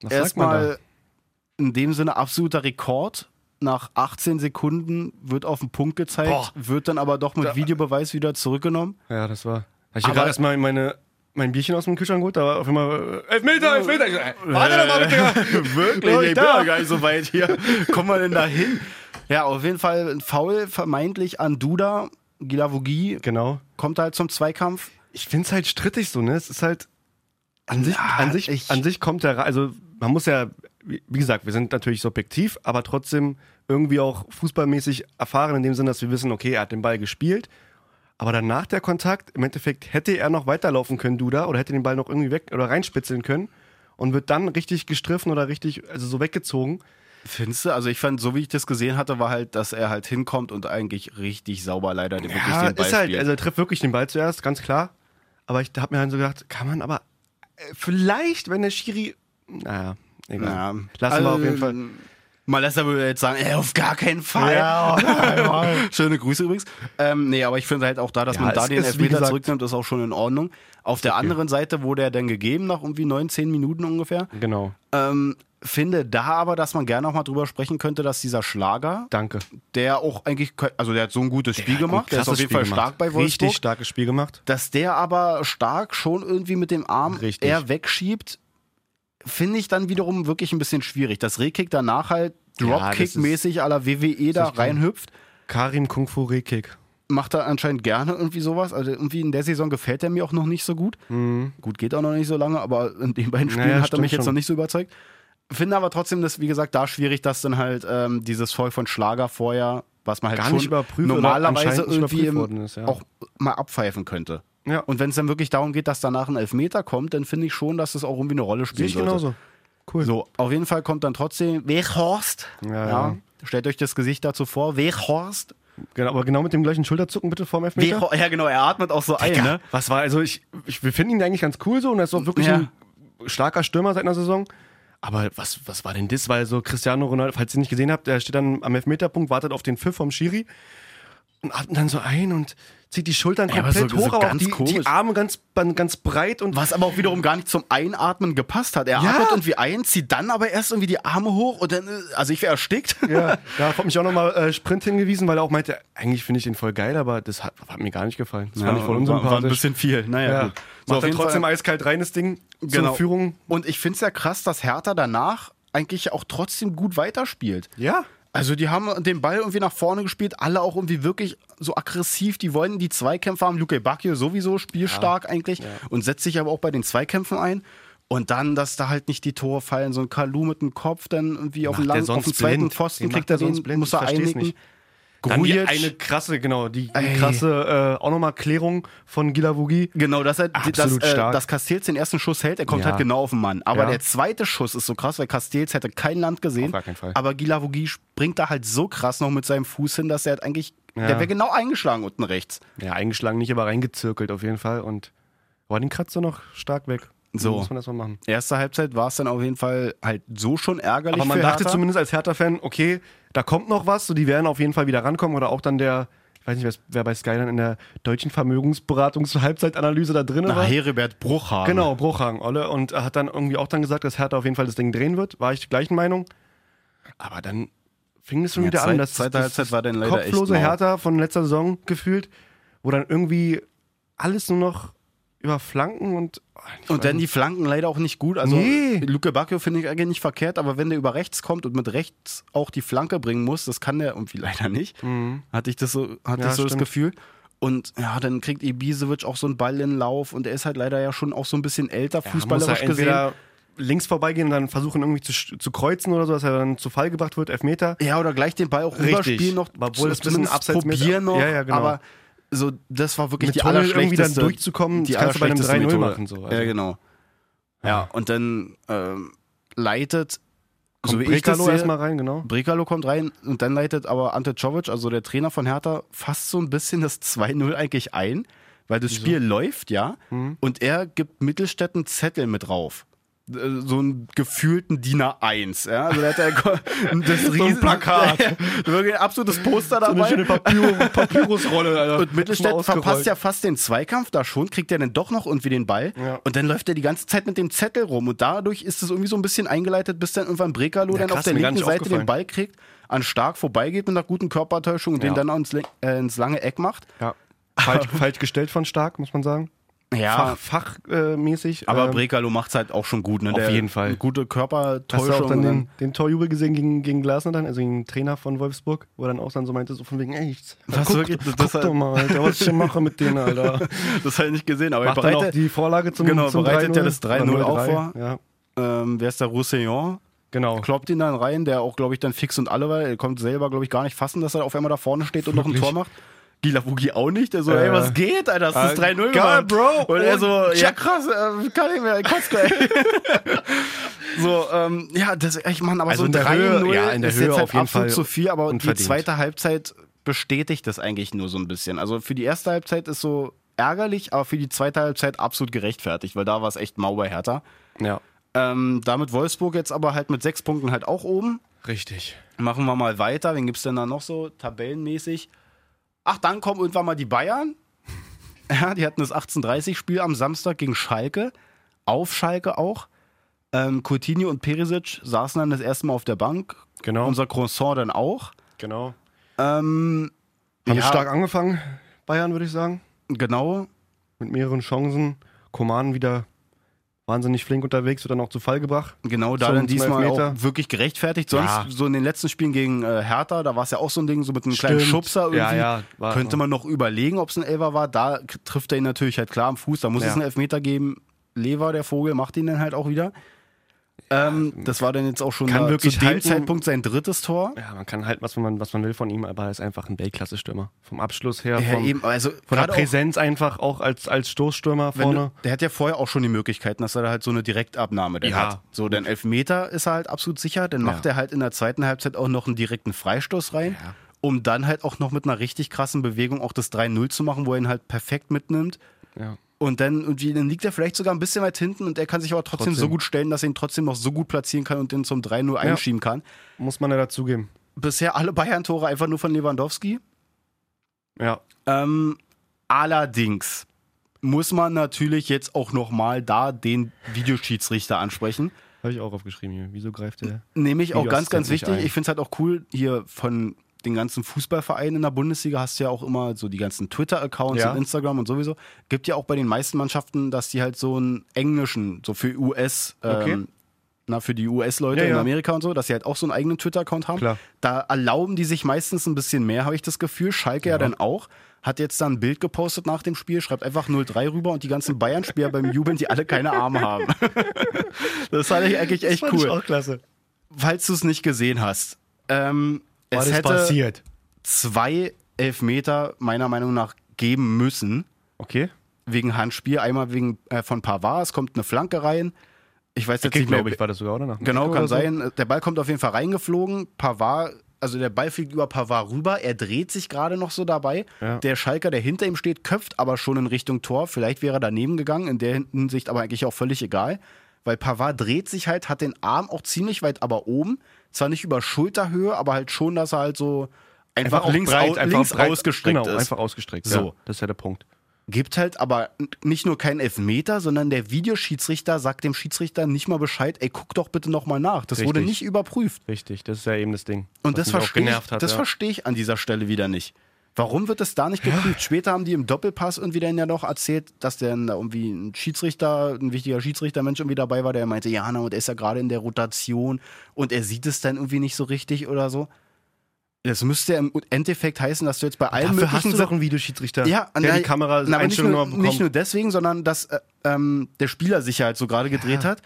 Speaker 3: Was sagt man da?
Speaker 1: erstmal in dem Sinne absoluter Rekord. nach 18 Sekunden, wird auf den Punkt gezeigt,
Speaker 3: Boah.
Speaker 1: wird dann aber doch mit Videobeweis wieder zurückgenommen.
Speaker 3: Ja, das war. Hab ich hier
Speaker 1: Aber-
Speaker 3: gerade erstmal meine, mein Bierchen aus dem Kühlschrank geholt, da war auf einmal. Äh, elf Meter, elf Meter! Ich so, äh, Warte doch mal bitte! Wirklich?
Speaker 1: ich
Speaker 3: Ich
Speaker 1: bin ja
Speaker 3: da.
Speaker 1: gar nicht so weit hier. Kommen wir denn da hin? Ja, auf jeden Fall ein Foul vermeintlich an Duda. Gilavogi
Speaker 3: Genau.
Speaker 1: kommt halt zum Zweikampf.
Speaker 3: Ich find's halt strittig so, ne? Es ist halt. An sich,
Speaker 1: Ja,
Speaker 3: an sich,
Speaker 1: Ah, ich-
Speaker 3: an sich kommt der. Ra- Also, man muss ja. Wie wie gesagt, wir sind natürlich subjektiv, aber trotzdem irgendwie auch fußballmäßig erfahren, in dem Sinne, dass wir wissen, okay, er hat den Ball gespielt. Aber danach der Kontakt, im Endeffekt hätte er noch weiterlaufen können, Duda, oder hätte den Ball noch irgendwie weg oder reinspitzeln können und wird dann richtig gestriffen oder richtig, also so weggezogen.
Speaker 1: Findest du? Also ich fand, so wie ich das gesehen hatte, war halt, dass er halt hinkommt und eigentlich richtig sauber leider den wirklich
Speaker 3: Ja,
Speaker 1: den Ball
Speaker 3: ist halt,
Speaker 1: spielt.
Speaker 3: also er trifft wirklich den Ball zuerst, ganz klar. Aber ich habe mir dann so gedacht, kann man aber äh, vielleicht, wenn der Schiri, naja, egal.
Speaker 1: Ja. Also, ähm,
Speaker 3: Lassen wir auf jeden Fall.
Speaker 1: Malessa würde jetzt sagen, ey, auf gar keinen Fall.
Speaker 3: oh
Speaker 1: Schöne Grüße übrigens. Ähm, nee, aber ich finde halt auch da, dass
Speaker 3: Ja,
Speaker 1: man da
Speaker 3: es
Speaker 1: den
Speaker 3: ist, wie
Speaker 1: Elfmeter
Speaker 3: gesagt-
Speaker 1: zurücknimmt, ist auch schon in Ordnung. Auf der anderen Seite wurde er dann gegeben, nach irgendwie 9, 10 Minuten ungefähr.
Speaker 3: Genau,
Speaker 1: Ähm, finde da aber, dass man gerne auch mal drüber sprechen könnte, dass dieser Schlager,
Speaker 3: danke.
Speaker 1: der auch eigentlich, ke- also der hat so ein gutes Spiel gemacht, der ist auf jeden Fall stark bei Wolfsburg
Speaker 3: Richtig starkes Spiel gemacht.
Speaker 1: dass der aber stark schon irgendwie mit dem Arm
Speaker 3: Richtig.
Speaker 1: eher wegschiebt, finde ich dann wiederum wirklich ein bisschen schwierig. Dass Rehkick danach halt
Speaker 3: Ja, das ist-
Speaker 1: Dropkick-mäßig à la WWE da
Speaker 3: richtig.
Speaker 1: reinhüpft,
Speaker 3: Karim Kung Fu Rekik.
Speaker 1: macht er anscheinend gerne irgendwie sowas. Also irgendwie in der Saison gefällt er mir auch noch nicht so gut. Gut, geht auch noch nicht so lange, aber in den beiden Spielen
Speaker 3: Mhm. Naja,
Speaker 1: hat er
Speaker 3: stimmt
Speaker 1: mich jetzt
Speaker 3: schon.
Speaker 1: noch nicht so überzeugt. Finde aber trotzdem, dass, wie gesagt, da schwierig, dass dann halt ähm, dieses Volk von Schlager vorher, was man halt
Speaker 3: Gar
Speaker 1: schon
Speaker 3: nicht überprüft oder
Speaker 1: normalerweise
Speaker 3: anscheinend nicht
Speaker 1: irgendwie
Speaker 3: überprüft worden
Speaker 1: im,
Speaker 3: ist, ja.
Speaker 1: auch mal abpfeifen könnte.
Speaker 3: Ja,
Speaker 1: Und wenn es dann wirklich darum geht, dass danach ein Elfmeter kommt, dann finde ich schon, dass es auch irgendwie eine Rolle
Speaker 3: sehe
Speaker 1: spielen
Speaker 3: ich
Speaker 1: sollte.
Speaker 3: genauso. Cool.
Speaker 1: So, auf jeden Fall kommt dann trotzdem Weghorst.
Speaker 3: Ja, ja.
Speaker 1: Stellt euch das Gesicht dazu vor. Weghorst.
Speaker 3: Genau, aber genau mit dem gleichen Schulterzucken bitte vorm Elfmeter.
Speaker 1: Weghorst. Ja, genau, er atmet auch so ein,
Speaker 3: Digga,
Speaker 1: ne?
Speaker 3: Was war, also ich, ich wir finden ihn eigentlich ganz cool so und er ist auch wirklich
Speaker 1: Ja.
Speaker 3: ein starker Stürmer seit einer Saison. Aber was, was war denn das? Weil so Cristiano Ronaldo, falls ihr ihn nicht gesehen habt, der steht dann am Elfmeterpunkt, wartet auf den Pfiff vom Schiri und atmet dann so ein und zieht die Schultern
Speaker 1: aber so-
Speaker 3: komplett
Speaker 1: so
Speaker 3: hoch, aber
Speaker 1: ganz
Speaker 3: auch die,
Speaker 1: komisch.
Speaker 3: die Arme ganz, ganz breit und
Speaker 1: Was aber auch wiederum gar nicht zum Einatmen gepasst hat. Er
Speaker 3: Ja.
Speaker 1: atmet irgendwie ein, zieht dann aber erst irgendwie die Arme hoch und dann, äh, also ich wäre erstickt.
Speaker 3: Ja, da hat mich auch nochmal äh, Sprint hingewiesen, weil er auch meinte, eigentlich finde ich den voll geil, aber das hat, hat mir gar nicht gefallen. Das fand ich voll
Speaker 1: war,
Speaker 3: unsympathisch.
Speaker 1: war ein bisschen viel. Naja,
Speaker 3: ja.
Speaker 1: gut.
Speaker 3: Macht
Speaker 1: auf
Speaker 3: er
Speaker 1: jeden
Speaker 3: trotzdem
Speaker 1: Fall-
Speaker 3: eiskalt rein, das Ding
Speaker 1: Genau.
Speaker 3: zur Führung.
Speaker 1: Und ich finde es ja krass, dass Hertha danach eigentlich auch trotzdem gut weiterspielt.
Speaker 3: Ja.
Speaker 1: Also die haben den Ball irgendwie nach vorne gespielt, alle auch irgendwie wirklich so aggressiv, die wollen die Zweikämpfe haben. Luke Bacchio sowieso spielstark eigentlich und setzt sich aber auch bei den Zweikämpfen ein. Und dann, dass da halt nicht die Tore fallen, so ein Kalu mit dem Kopf, dann irgendwie auf
Speaker 3: Macht
Speaker 1: dem
Speaker 3: der
Speaker 1: Land, auf
Speaker 3: sonst
Speaker 1: dem zweiten
Speaker 3: blind?
Speaker 1: Pfosten
Speaker 3: Den
Speaker 1: kriegt
Speaker 3: macht
Speaker 1: er
Speaker 3: der sonst
Speaker 1: den,
Speaker 3: blind?
Speaker 1: muss
Speaker 3: Ich
Speaker 1: er
Speaker 3: versteh's
Speaker 1: einigen.
Speaker 3: nicht. Dann die
Speaker 1: Grujic.
Speaker 3: eine krasse, genau, die die
Speaker 1: Ey.
Speaker 3: krasse, äh, auch nochmal Klärung von Gilavogi.
Speaker 1: Genau, dass er dass,
Speaker 3: Absolut
Speaker 1: äh,
Speaker 3: stark.
Speaker 1: dass Castells den ersten Schuss hält, er kommt
Speaker 3: Ja.
Speaker 1: halt genau auf den Mann. Aber
Speaker 3: Ja.
Speaker 1: der zweite Schuss ist so krass, weil Castells hätte kein Land gesehen.
Speaker 3: Auf gar keinen Fall.
Speaker 1: Aber Gilavogi springt da halt so krass noch mit seinem Fuß hin, dass er halt eigentlich,
Speaker 3: Ja.
Speaker 1: der wäre genau eingeschlagen unten rechts.
Speaker 3: Ja, eingeschlagen, nicht, aber reingezirkelt auf jeden Fall. Und aber den kratzt er noch stark weg.
Speaker 1: So.
Speaker 3: Muss man das mal machen.
Speaker 1: Erste Halbzeit war es dann auf jeden Fall halt so schon ärgerlich.
Speaker 3: Aber man
Speaker 1: für
Speaker 3: dachte
Speaker 1: Hertha.
Speaker 3: zumindest als Hertha-Fan, okay, da kommt noch was, so die werden auf jeden Fall wieder rankommen. Oder auch dann der, ich weiß nicht, wer- wer bei Sky dann in der deutschen Vermögensberatungs-Halbzeitanalyse da drin
Speaker 1: Na,
Speaker 3: war.
Speaker 1: Heribert Bruchhagen.
Speaker 3: Genau, Bruchhagen, Olle. Und er hat dann irgendwie auch dann gesagt, dass Hertha auf jeden Fall das Ding drehen wird. War ich der gleichen Meinung. Aber dann fing es schon
Speaker 1: Ja,
Speaker 3: wieder
Speaker 1: zweit-
Speaker 3: an, dass
Speaker 1: zweite
Speaker 3: dass
Speaker 1: Halbzeit
Speaker 3: das
Speaker 1: war dann leider echt
Speaker 3: kopflose
Speaker 1: mau.
Speaker 3: Hertha von letzter Saison gefühlt, wo dann irgendwie alles nur noch über Flanken und oh, ich weiß
Speaker 1: Und dann
Speaker 3: nicht.
Speaker 1: die Flanken leider auch nicht gut. Also
Speaker 3: Nee.
Speaker 1: Luke Bacchio finde ich eigentlich nicht verkehrt, aber wenn der über rechts kommt und mit rechts auch die Flanke bringen muss, das kann der irgendwie leider nicht. Hatte ich das so, hatte
Speaker 3: Ja,
Speaker 1: ich so das
Speaker 3: stimmt.
Speaker 1: Gefühl. Und ja, dann kriegt Ibisevic auch so einen Ball in den Lauf und er ist halt leider ja schon auch so ein bisschen älter,
Speaker 3: Ja, muss
Speaker 1: fußballerisch
Speaker 3: er
Speaker 1: gesehen.
Speaker 3: entweder links vorbeigehen und dann versuchen irgendwie zu, sch- zu kreuzen oder so, dass er dann zu Fall gebracht wird, Elfmeter.
Speaker 1: Ja, oder gleich den Ball auch
Speaker 3: Richtig.
Speaker 1: rüberspielen noch,
Speaker 3: Obwohl das ein bisschen
Speaker 1: zumindest
Speaker 3: abseitsmäßig-
Speaker 1: probieren noch,
Speaker 3: Ja, ja, genau.
Speaker 1: aber so, das war wirklich
Speaker 3: Mit
Speaker 1: die
Speaker 3: Tunnel irgendwie dann
Speaker 1: allerschlechteste.
Speaker 3: durchzukommen,
Speaker 1: die
Speaker 3: das kannst du bei einem
Speaker 1: allerschlechteste
Speaker 3: 3-0
Speaker 1: Methode.
Speaker 3: machen, so. Also-
Speaker 1: Ja, genau. Ja, und dann ähm, leitet, so
Speaker 3: Kommt
Speaker 1: wie ich das
Speaker 3: Brekalo
Speaker 1: sehe,
Speaker 3: erstmal rein, genau.
Speaker 1: Brekalo kommt rein und dann leitet aber Ante Czovic, also der Trainer von Hertha, fast so ein bisschen das 2-0 eigentlich
Speaker 3: Hm.
Speaker 1: ein, weil das Spiel läuft, ja, und er gibt Mittelstädt einen Zettel mit drauf. äh, so einen gefühlten DIN A1. Ja? Also da hat er das so riesen
Speaker 3: Plakat.
Speaker 1: Ja, wirklich ein absolutes Poster dabei.
Speaker 3: eine schöne Papyru- Papyrusrolle, Alter.
Speaker 1: Und
Speaker 3: Mal
Speaker 1: Mittelstädt
Speaker 3: ausgerollt.
Speaker 1: verpasst ja fast den Zweikampf da schon, kriegt er dann doch noch irgendwie den Ball.
Speaker 3: Ja.
Speaker 1: Und dann läuft er die ganze Zeit mit dem Zettel rum. Und dadurch ist es irgendwie so ein bisschen eingeleitet, bis dann irgendwann Brekalo
Speaker 3: Ja,
Speaker 1: dann
Speaker 3: krass,
Speaker 1: auf der
Speaker 3: mir gar nicht
Speaker 1: linken Seite den
Speaker 3: aufgefallen.
Speaker 1: Ball kriegt, an Stark vorbeigeht mit einer guten Körpertäuschung und
Speaker 3: Ja.
Speaker 1: den dann ins, Len- äh, ins lange Eck macht.
Speaker 3: Ja. Falsch, falsch gestellt von Stark, muss man sagen.
Speaker 1: Ja.
Speaker 3: Fachmäßig. Fach, äh, mäßig,
Speaker 1: Aber
Speaker 3: ähm,
Speaker 1: Brekalo macht es halt auch schon gut. Ne?
Speaker 3: Auf jeden Fall.
Speaker 1: Gute
Speaker 3: Hast du auch
Speaker 1: Körpertäuschung.
Speaker 3: dann
Speaker 1: und
Speaker 3: den, den Torjubel gesehen gegen, gegen Glasner dann, also gegen den Trainer von Wolfsburg, wo er dann auch dann so meinte, so von wegen, ey, ich,
Speaker 1: Was,
Speaker 3: guck,
Speaker 1: wirklich? Das
Speaker 3: guck
Speaker 1: hat-
Speaker 3: doch mal, Alter, was ich hier mache mit denen, Alter.
Speaker 1: das habe ich nicht gesehen, aber er
Speaker 3: Macht dann auch
Speaker 1: bereitet,
Speaker 3: die Vorlage zum,
Speaker 1: Genau,
Speaker 3: zum
Speaker 1: bereitet ja das
Speaker 3: 3-0
Speaker 1: 3-0 auch
Speaker 3: 3-3.
Speaker 1: vor.
Speaker 3: Ja,
Speaker 1: ähm, wer ist der Roussillon?
Speaker 3: genau.
Speaker 1: Kloppt ihn dann rein, der auch, glaube ich, dann fix und alle, weil er kommt selber, glaube ich, gar nicht fassen, dass er auf einmal da vorne steht und noch ein
Speaker 3: Wirklich?
Speaker 1: Tor macht. Gilavugi auch nicht, der so,
Speaker 3: Äh,
Speaker 1: ey, was geht, Alter, das ist
Speaker 3: äh,
Speaker 1: 3-0
Speaker 3: geil,
Speaker 1: gemacht.
Speaker 3: Bro.
Speaker 1: Und er
Speaker 3: Und
Speaker 1: so, ja krass, äh, kann ich mir, ich kotz gleich. so, ähm, ja, das, ich meine, aber
Speaker 3: Also
Speaker 1: so
Speaker 3: in der Höhe,
Speaker 1: 3-0
Speaker 3: ja, in der
Speaker 1: ist
Speaker 3: Höhe
Speaker 1: jetzt halt
Speaker 3: auf jeden
Speaker 1: absolut
Speaker 3: Fall
Speaker 1: zu viel, aber die
Speaker 3: unverdient.
Speaker 1: zweite Halbzeit bestätigt das eigentlich nur so ein bisschen. Also für die erste Halbzeit ist so ärgerlich, aber für die zweite Halbzeit absolut gerechtfertigt, weil da war es echt mauerhärter.
Speaker 3: Ja,
Speaker 1: Ähm, damit Wolfsburg jetzt aber halt mit sechs Punkten halt auch oben.
Speaker 3: richtig.
Speaker 1: Machen wir mal weiter. Wen gibt es denn da noch so tabellenmäßig? Ach, dann kommen irgendwann mal die Bayern. Ja, die hatten das 18.30-Spiel am Samstag gegen Schalke. Auf Schalke auch. Ähm, Coutinho und Perisic saßen dann das erste Mal auf der Bank.
Speaker 3: Genau,
Speaker 1: Unser Croissant dann auch.
Speaker 3: genau.
Speaker 1: Ähm,
Speaker 3: Haben
Speaker 1: ja,
Speaker 3: stark angefangen, Bayern, würde ich sagen.
Speaker 1: Genau.
Speaker 3: Mit mehreren Chancen. Koman wieder wahnsinnig flink unterwegs, wird dann auch zu Fall gebracht.
Speaker 1: Genau, da
Speaker 3: Zum-
Speaker 1: dann
Speaker 3: zum
Speaker 1: diesmal auch
Speaker 3: Elfmeter.
Speaker 1: wirklich gerechtfertigt. Sonst,
Speaker 3: Ja.
Speaker 1: so in den letzten Spielen gegen äh, Hertha, da war es ja auch so ein Ding, so mit einem kleinen
Speaker 3: Stimmt.
Speaker 1: Schubser irgendwie.
Speaker 3: Ja, ja, war-
Speaker 1: Könnte man noch überlegen, ob es ein Elfer war. Da k- trifft er ihn natürlich halt klar am Fuß. Da muss
Speaker 3: Ja.
Speaker 1: es einen Elfmeter geben. Lever, der Vogel, macht ihn dann halt auch wieder. Ähm, das war dann jetzt auch schon
Speaker 3: kann
Speaker 1: da,
Speaker 3: wirklich
Speaker 1: zu dem
Speaker 3: halten.
Speaker 1: Zeitpunkt sein drittes Tor.
Speaker 3: Ja, man kann halten, was man, was man will von ihm, aber er ist einfach ein Weltklasse-Stürmer. Vom Abschluss her,
Speaker 1: Ja,
Speaker 3: vom,
Speaker 1: eben, also
Speaker 3: von der
Speaker 1: gerade auch,
Speaker 3: Präsenz einfach auch als, als Stoßstürmer
Speaker 1: wenn
Speaker 3: vorne.
Speaker 1: du, der hat ja vorher auch schon die Möglichkeiten, dass er da halt so eine Direktabnahme dann
Speaker 3: Ja.
Speaker 1: hat. So, dann Elfmeter ist er halt absolut sicher. Dann macht
Speaker 3: Ja.
Speaker 1: er halt in der zweiten Halbzeit auch noch einen direkten Freistoß rein,
Speaker 3: Ja.
Speaker 1: um dann halt auch noch mit einer richtig krassen Bewegung auch das 3-0 zu machen, wo er ihn halt perfekt mitnimmt.
Speaker 3: Ja.
Speaker 1: Und dann, irgendwie, dann liegt er vielleicht sogar ein bisschen weit hinten und er kann sich aber trotzdem,
Speaker 3: Trotzdem.
Speaker 1: so gut stellen, dass er ihn trotzdem noch so gut platzieren kann und den zum 3-0 einschieben kann.
Speaker 3: Muss man ja dazugeben.
Speaker 1: Bisher alle Bayern-Tore einfach nur von Lewandowski.
Speaker 3: Ja.
Speaker 1: Ähm, allerdings muss man natürlich jetzt auch nochmal da den Videoschiedsrichter ansprechen.
Speaker 3: Habe ich auch aufgeschrieben hier. Wieso greift der?
Speaker 1: Nämlich auch ganz,
Speaker 3: Videoassistent
Speaker 1: ganz
Speaker 3: nicht
Speaker 1: wichtig.
Speaker 3: ein.
Speaker 1: Ich finde es halt auch cool, hier von den ganzen Fußballvereinen in der Bundesliga hast du ja auch immer so die ganzen Twitter-Accounts
Speaker 3: Ja.
Speaker 1: und Instagram und sowieso. Gibt ja auch bei den meisten Mannschaften, dass die halt so einen englischen, so für US, ähm,
Speaker 3: Okay.
Speaker 1: na, für die US-Leute
Speaker 3: Ja,
Speaker 1: in
Speaker 3: ja.
Speaker 1: Amerika und so, dass sie halt auch so einen eigenen Twitter-Account haben.
Speaker 3: Klar.
Speaker 1: Da erlauben die sich meistens ein bisschen mehr, habe ich das Gefühl. Schalke ja. dann auch. Hat jetzt da ein Bild gepostet nach dem Spiel, schreibt einfach 0-3 rüber und die ganzen Bayern-Spieler beim Jubeln, die alle keine Arme haben. das fand ich eigentlich echt cool
Speaker 3: auch klasse.
Speaker 1: falls du es nicht gesehen hast, ähm, es hätte zwei Elfmeter meiner Meinung nach geben müssen
Speaker 3: Okay.
Speaker 1: wegen Handspiel. Einmal wegen äh, von Pavard, es kommt eine Flanke rein. Ich weiß jetzt
Speaker 3: Okay,
Speaker 1: nicht mehr,
Speaker 3: glaube ich, war das sogar, oder? Nach
Speaker 1: Genau,
Speaker 3: Mexiko
Speaker 1: kann
Speaker 3: oder so?
Speaker 1: sein. Der Ball kommt auf jeden Fall reingeflogen. Pavard, also der Ball fliegt über Pavard rüber. Er dreht sich gerade noch so dabei.
Speaker 3: Ja.
Speaker 1: Der Schalker, der hinter ihm steht, köpft aber schon in Richtung Tor. Vielleicht wäre er daneben gegangen, in der Hinsicht aber eigentlich auch völlig egal. Weil Pavard dreht sich halt, hat den Arm auch ziemlich weit aber oben. Zwar nicht über Schulterhöhe, aber halt schon, dass er halt so einfach,
Speaker 3: auch
Speaker 1: links,
Speaker 3: breit,
Speaker 1: au links
Speaker 3: breit-
Speaker 1: ausgestreckt
Speaker 3: genau,
Speaker 1: ist.
Speaker 3: einfach ausgestreckt.
Speaker 1: So.
Speaker 3: Ja, das ist ja der Punkt.
Speaker 1: Gibt halt aber nicht nur keinen Elfmeter, sondern der Videoschiedsrichter sagt dem Schiedsrichter nicht mal Bescheid, ey, guck doch bitte nochmal nach. Das wurde
Speaker 3: Richtig.
Speaker 1: nicht überprüft.
Speaker 3: Richtig, das ist ja eben das Ding.
Speaker 1: Und
Speaker 3: was
Speaker 1: das
Speaker 3: mich auch
Speaker 1: verstehe ich,
Speaker 3: genervt hat,
Speaker 1: das
Speaker 3: ja.
Speaker 1: verstehe ich an dieser Stelle wieder nicht. Warum wird das da nicht geprüft? Später haben die im Doppelpass irgendwie dann ja noch erzählt, dass dann da irgendwie ein Schiedsrichter, ein wichtiger Schiedsrichtermensch irgendwie dabei war, der meinte, ja, na, und er ist ja gerade in der Rotation und er sieht es dann irgendwie nicht so richtig oder so. Das müsste ja im Endeffekt heißen, dass du jetzt bei allen
Speaker 3: Dafür hast
Speaker 1: möglichen
Speaker 3: du
Speaker 1: Sachen
Speaker 3: doch einen Videoschiedsrichter,
Speaker 1: ja,
Speaker 3: der
Speaker 1: na,
Speaker 3: die Kamera
Speaker 1: na, aber nicht
Speaker 3: Einstellung
Speaker 1: nur,
Speaker 3: noch bekommt.
Speaker 1: nicht nur deswegen, sondern dass äh, ähm, der Spieler sich halt so gerade gedreht hat.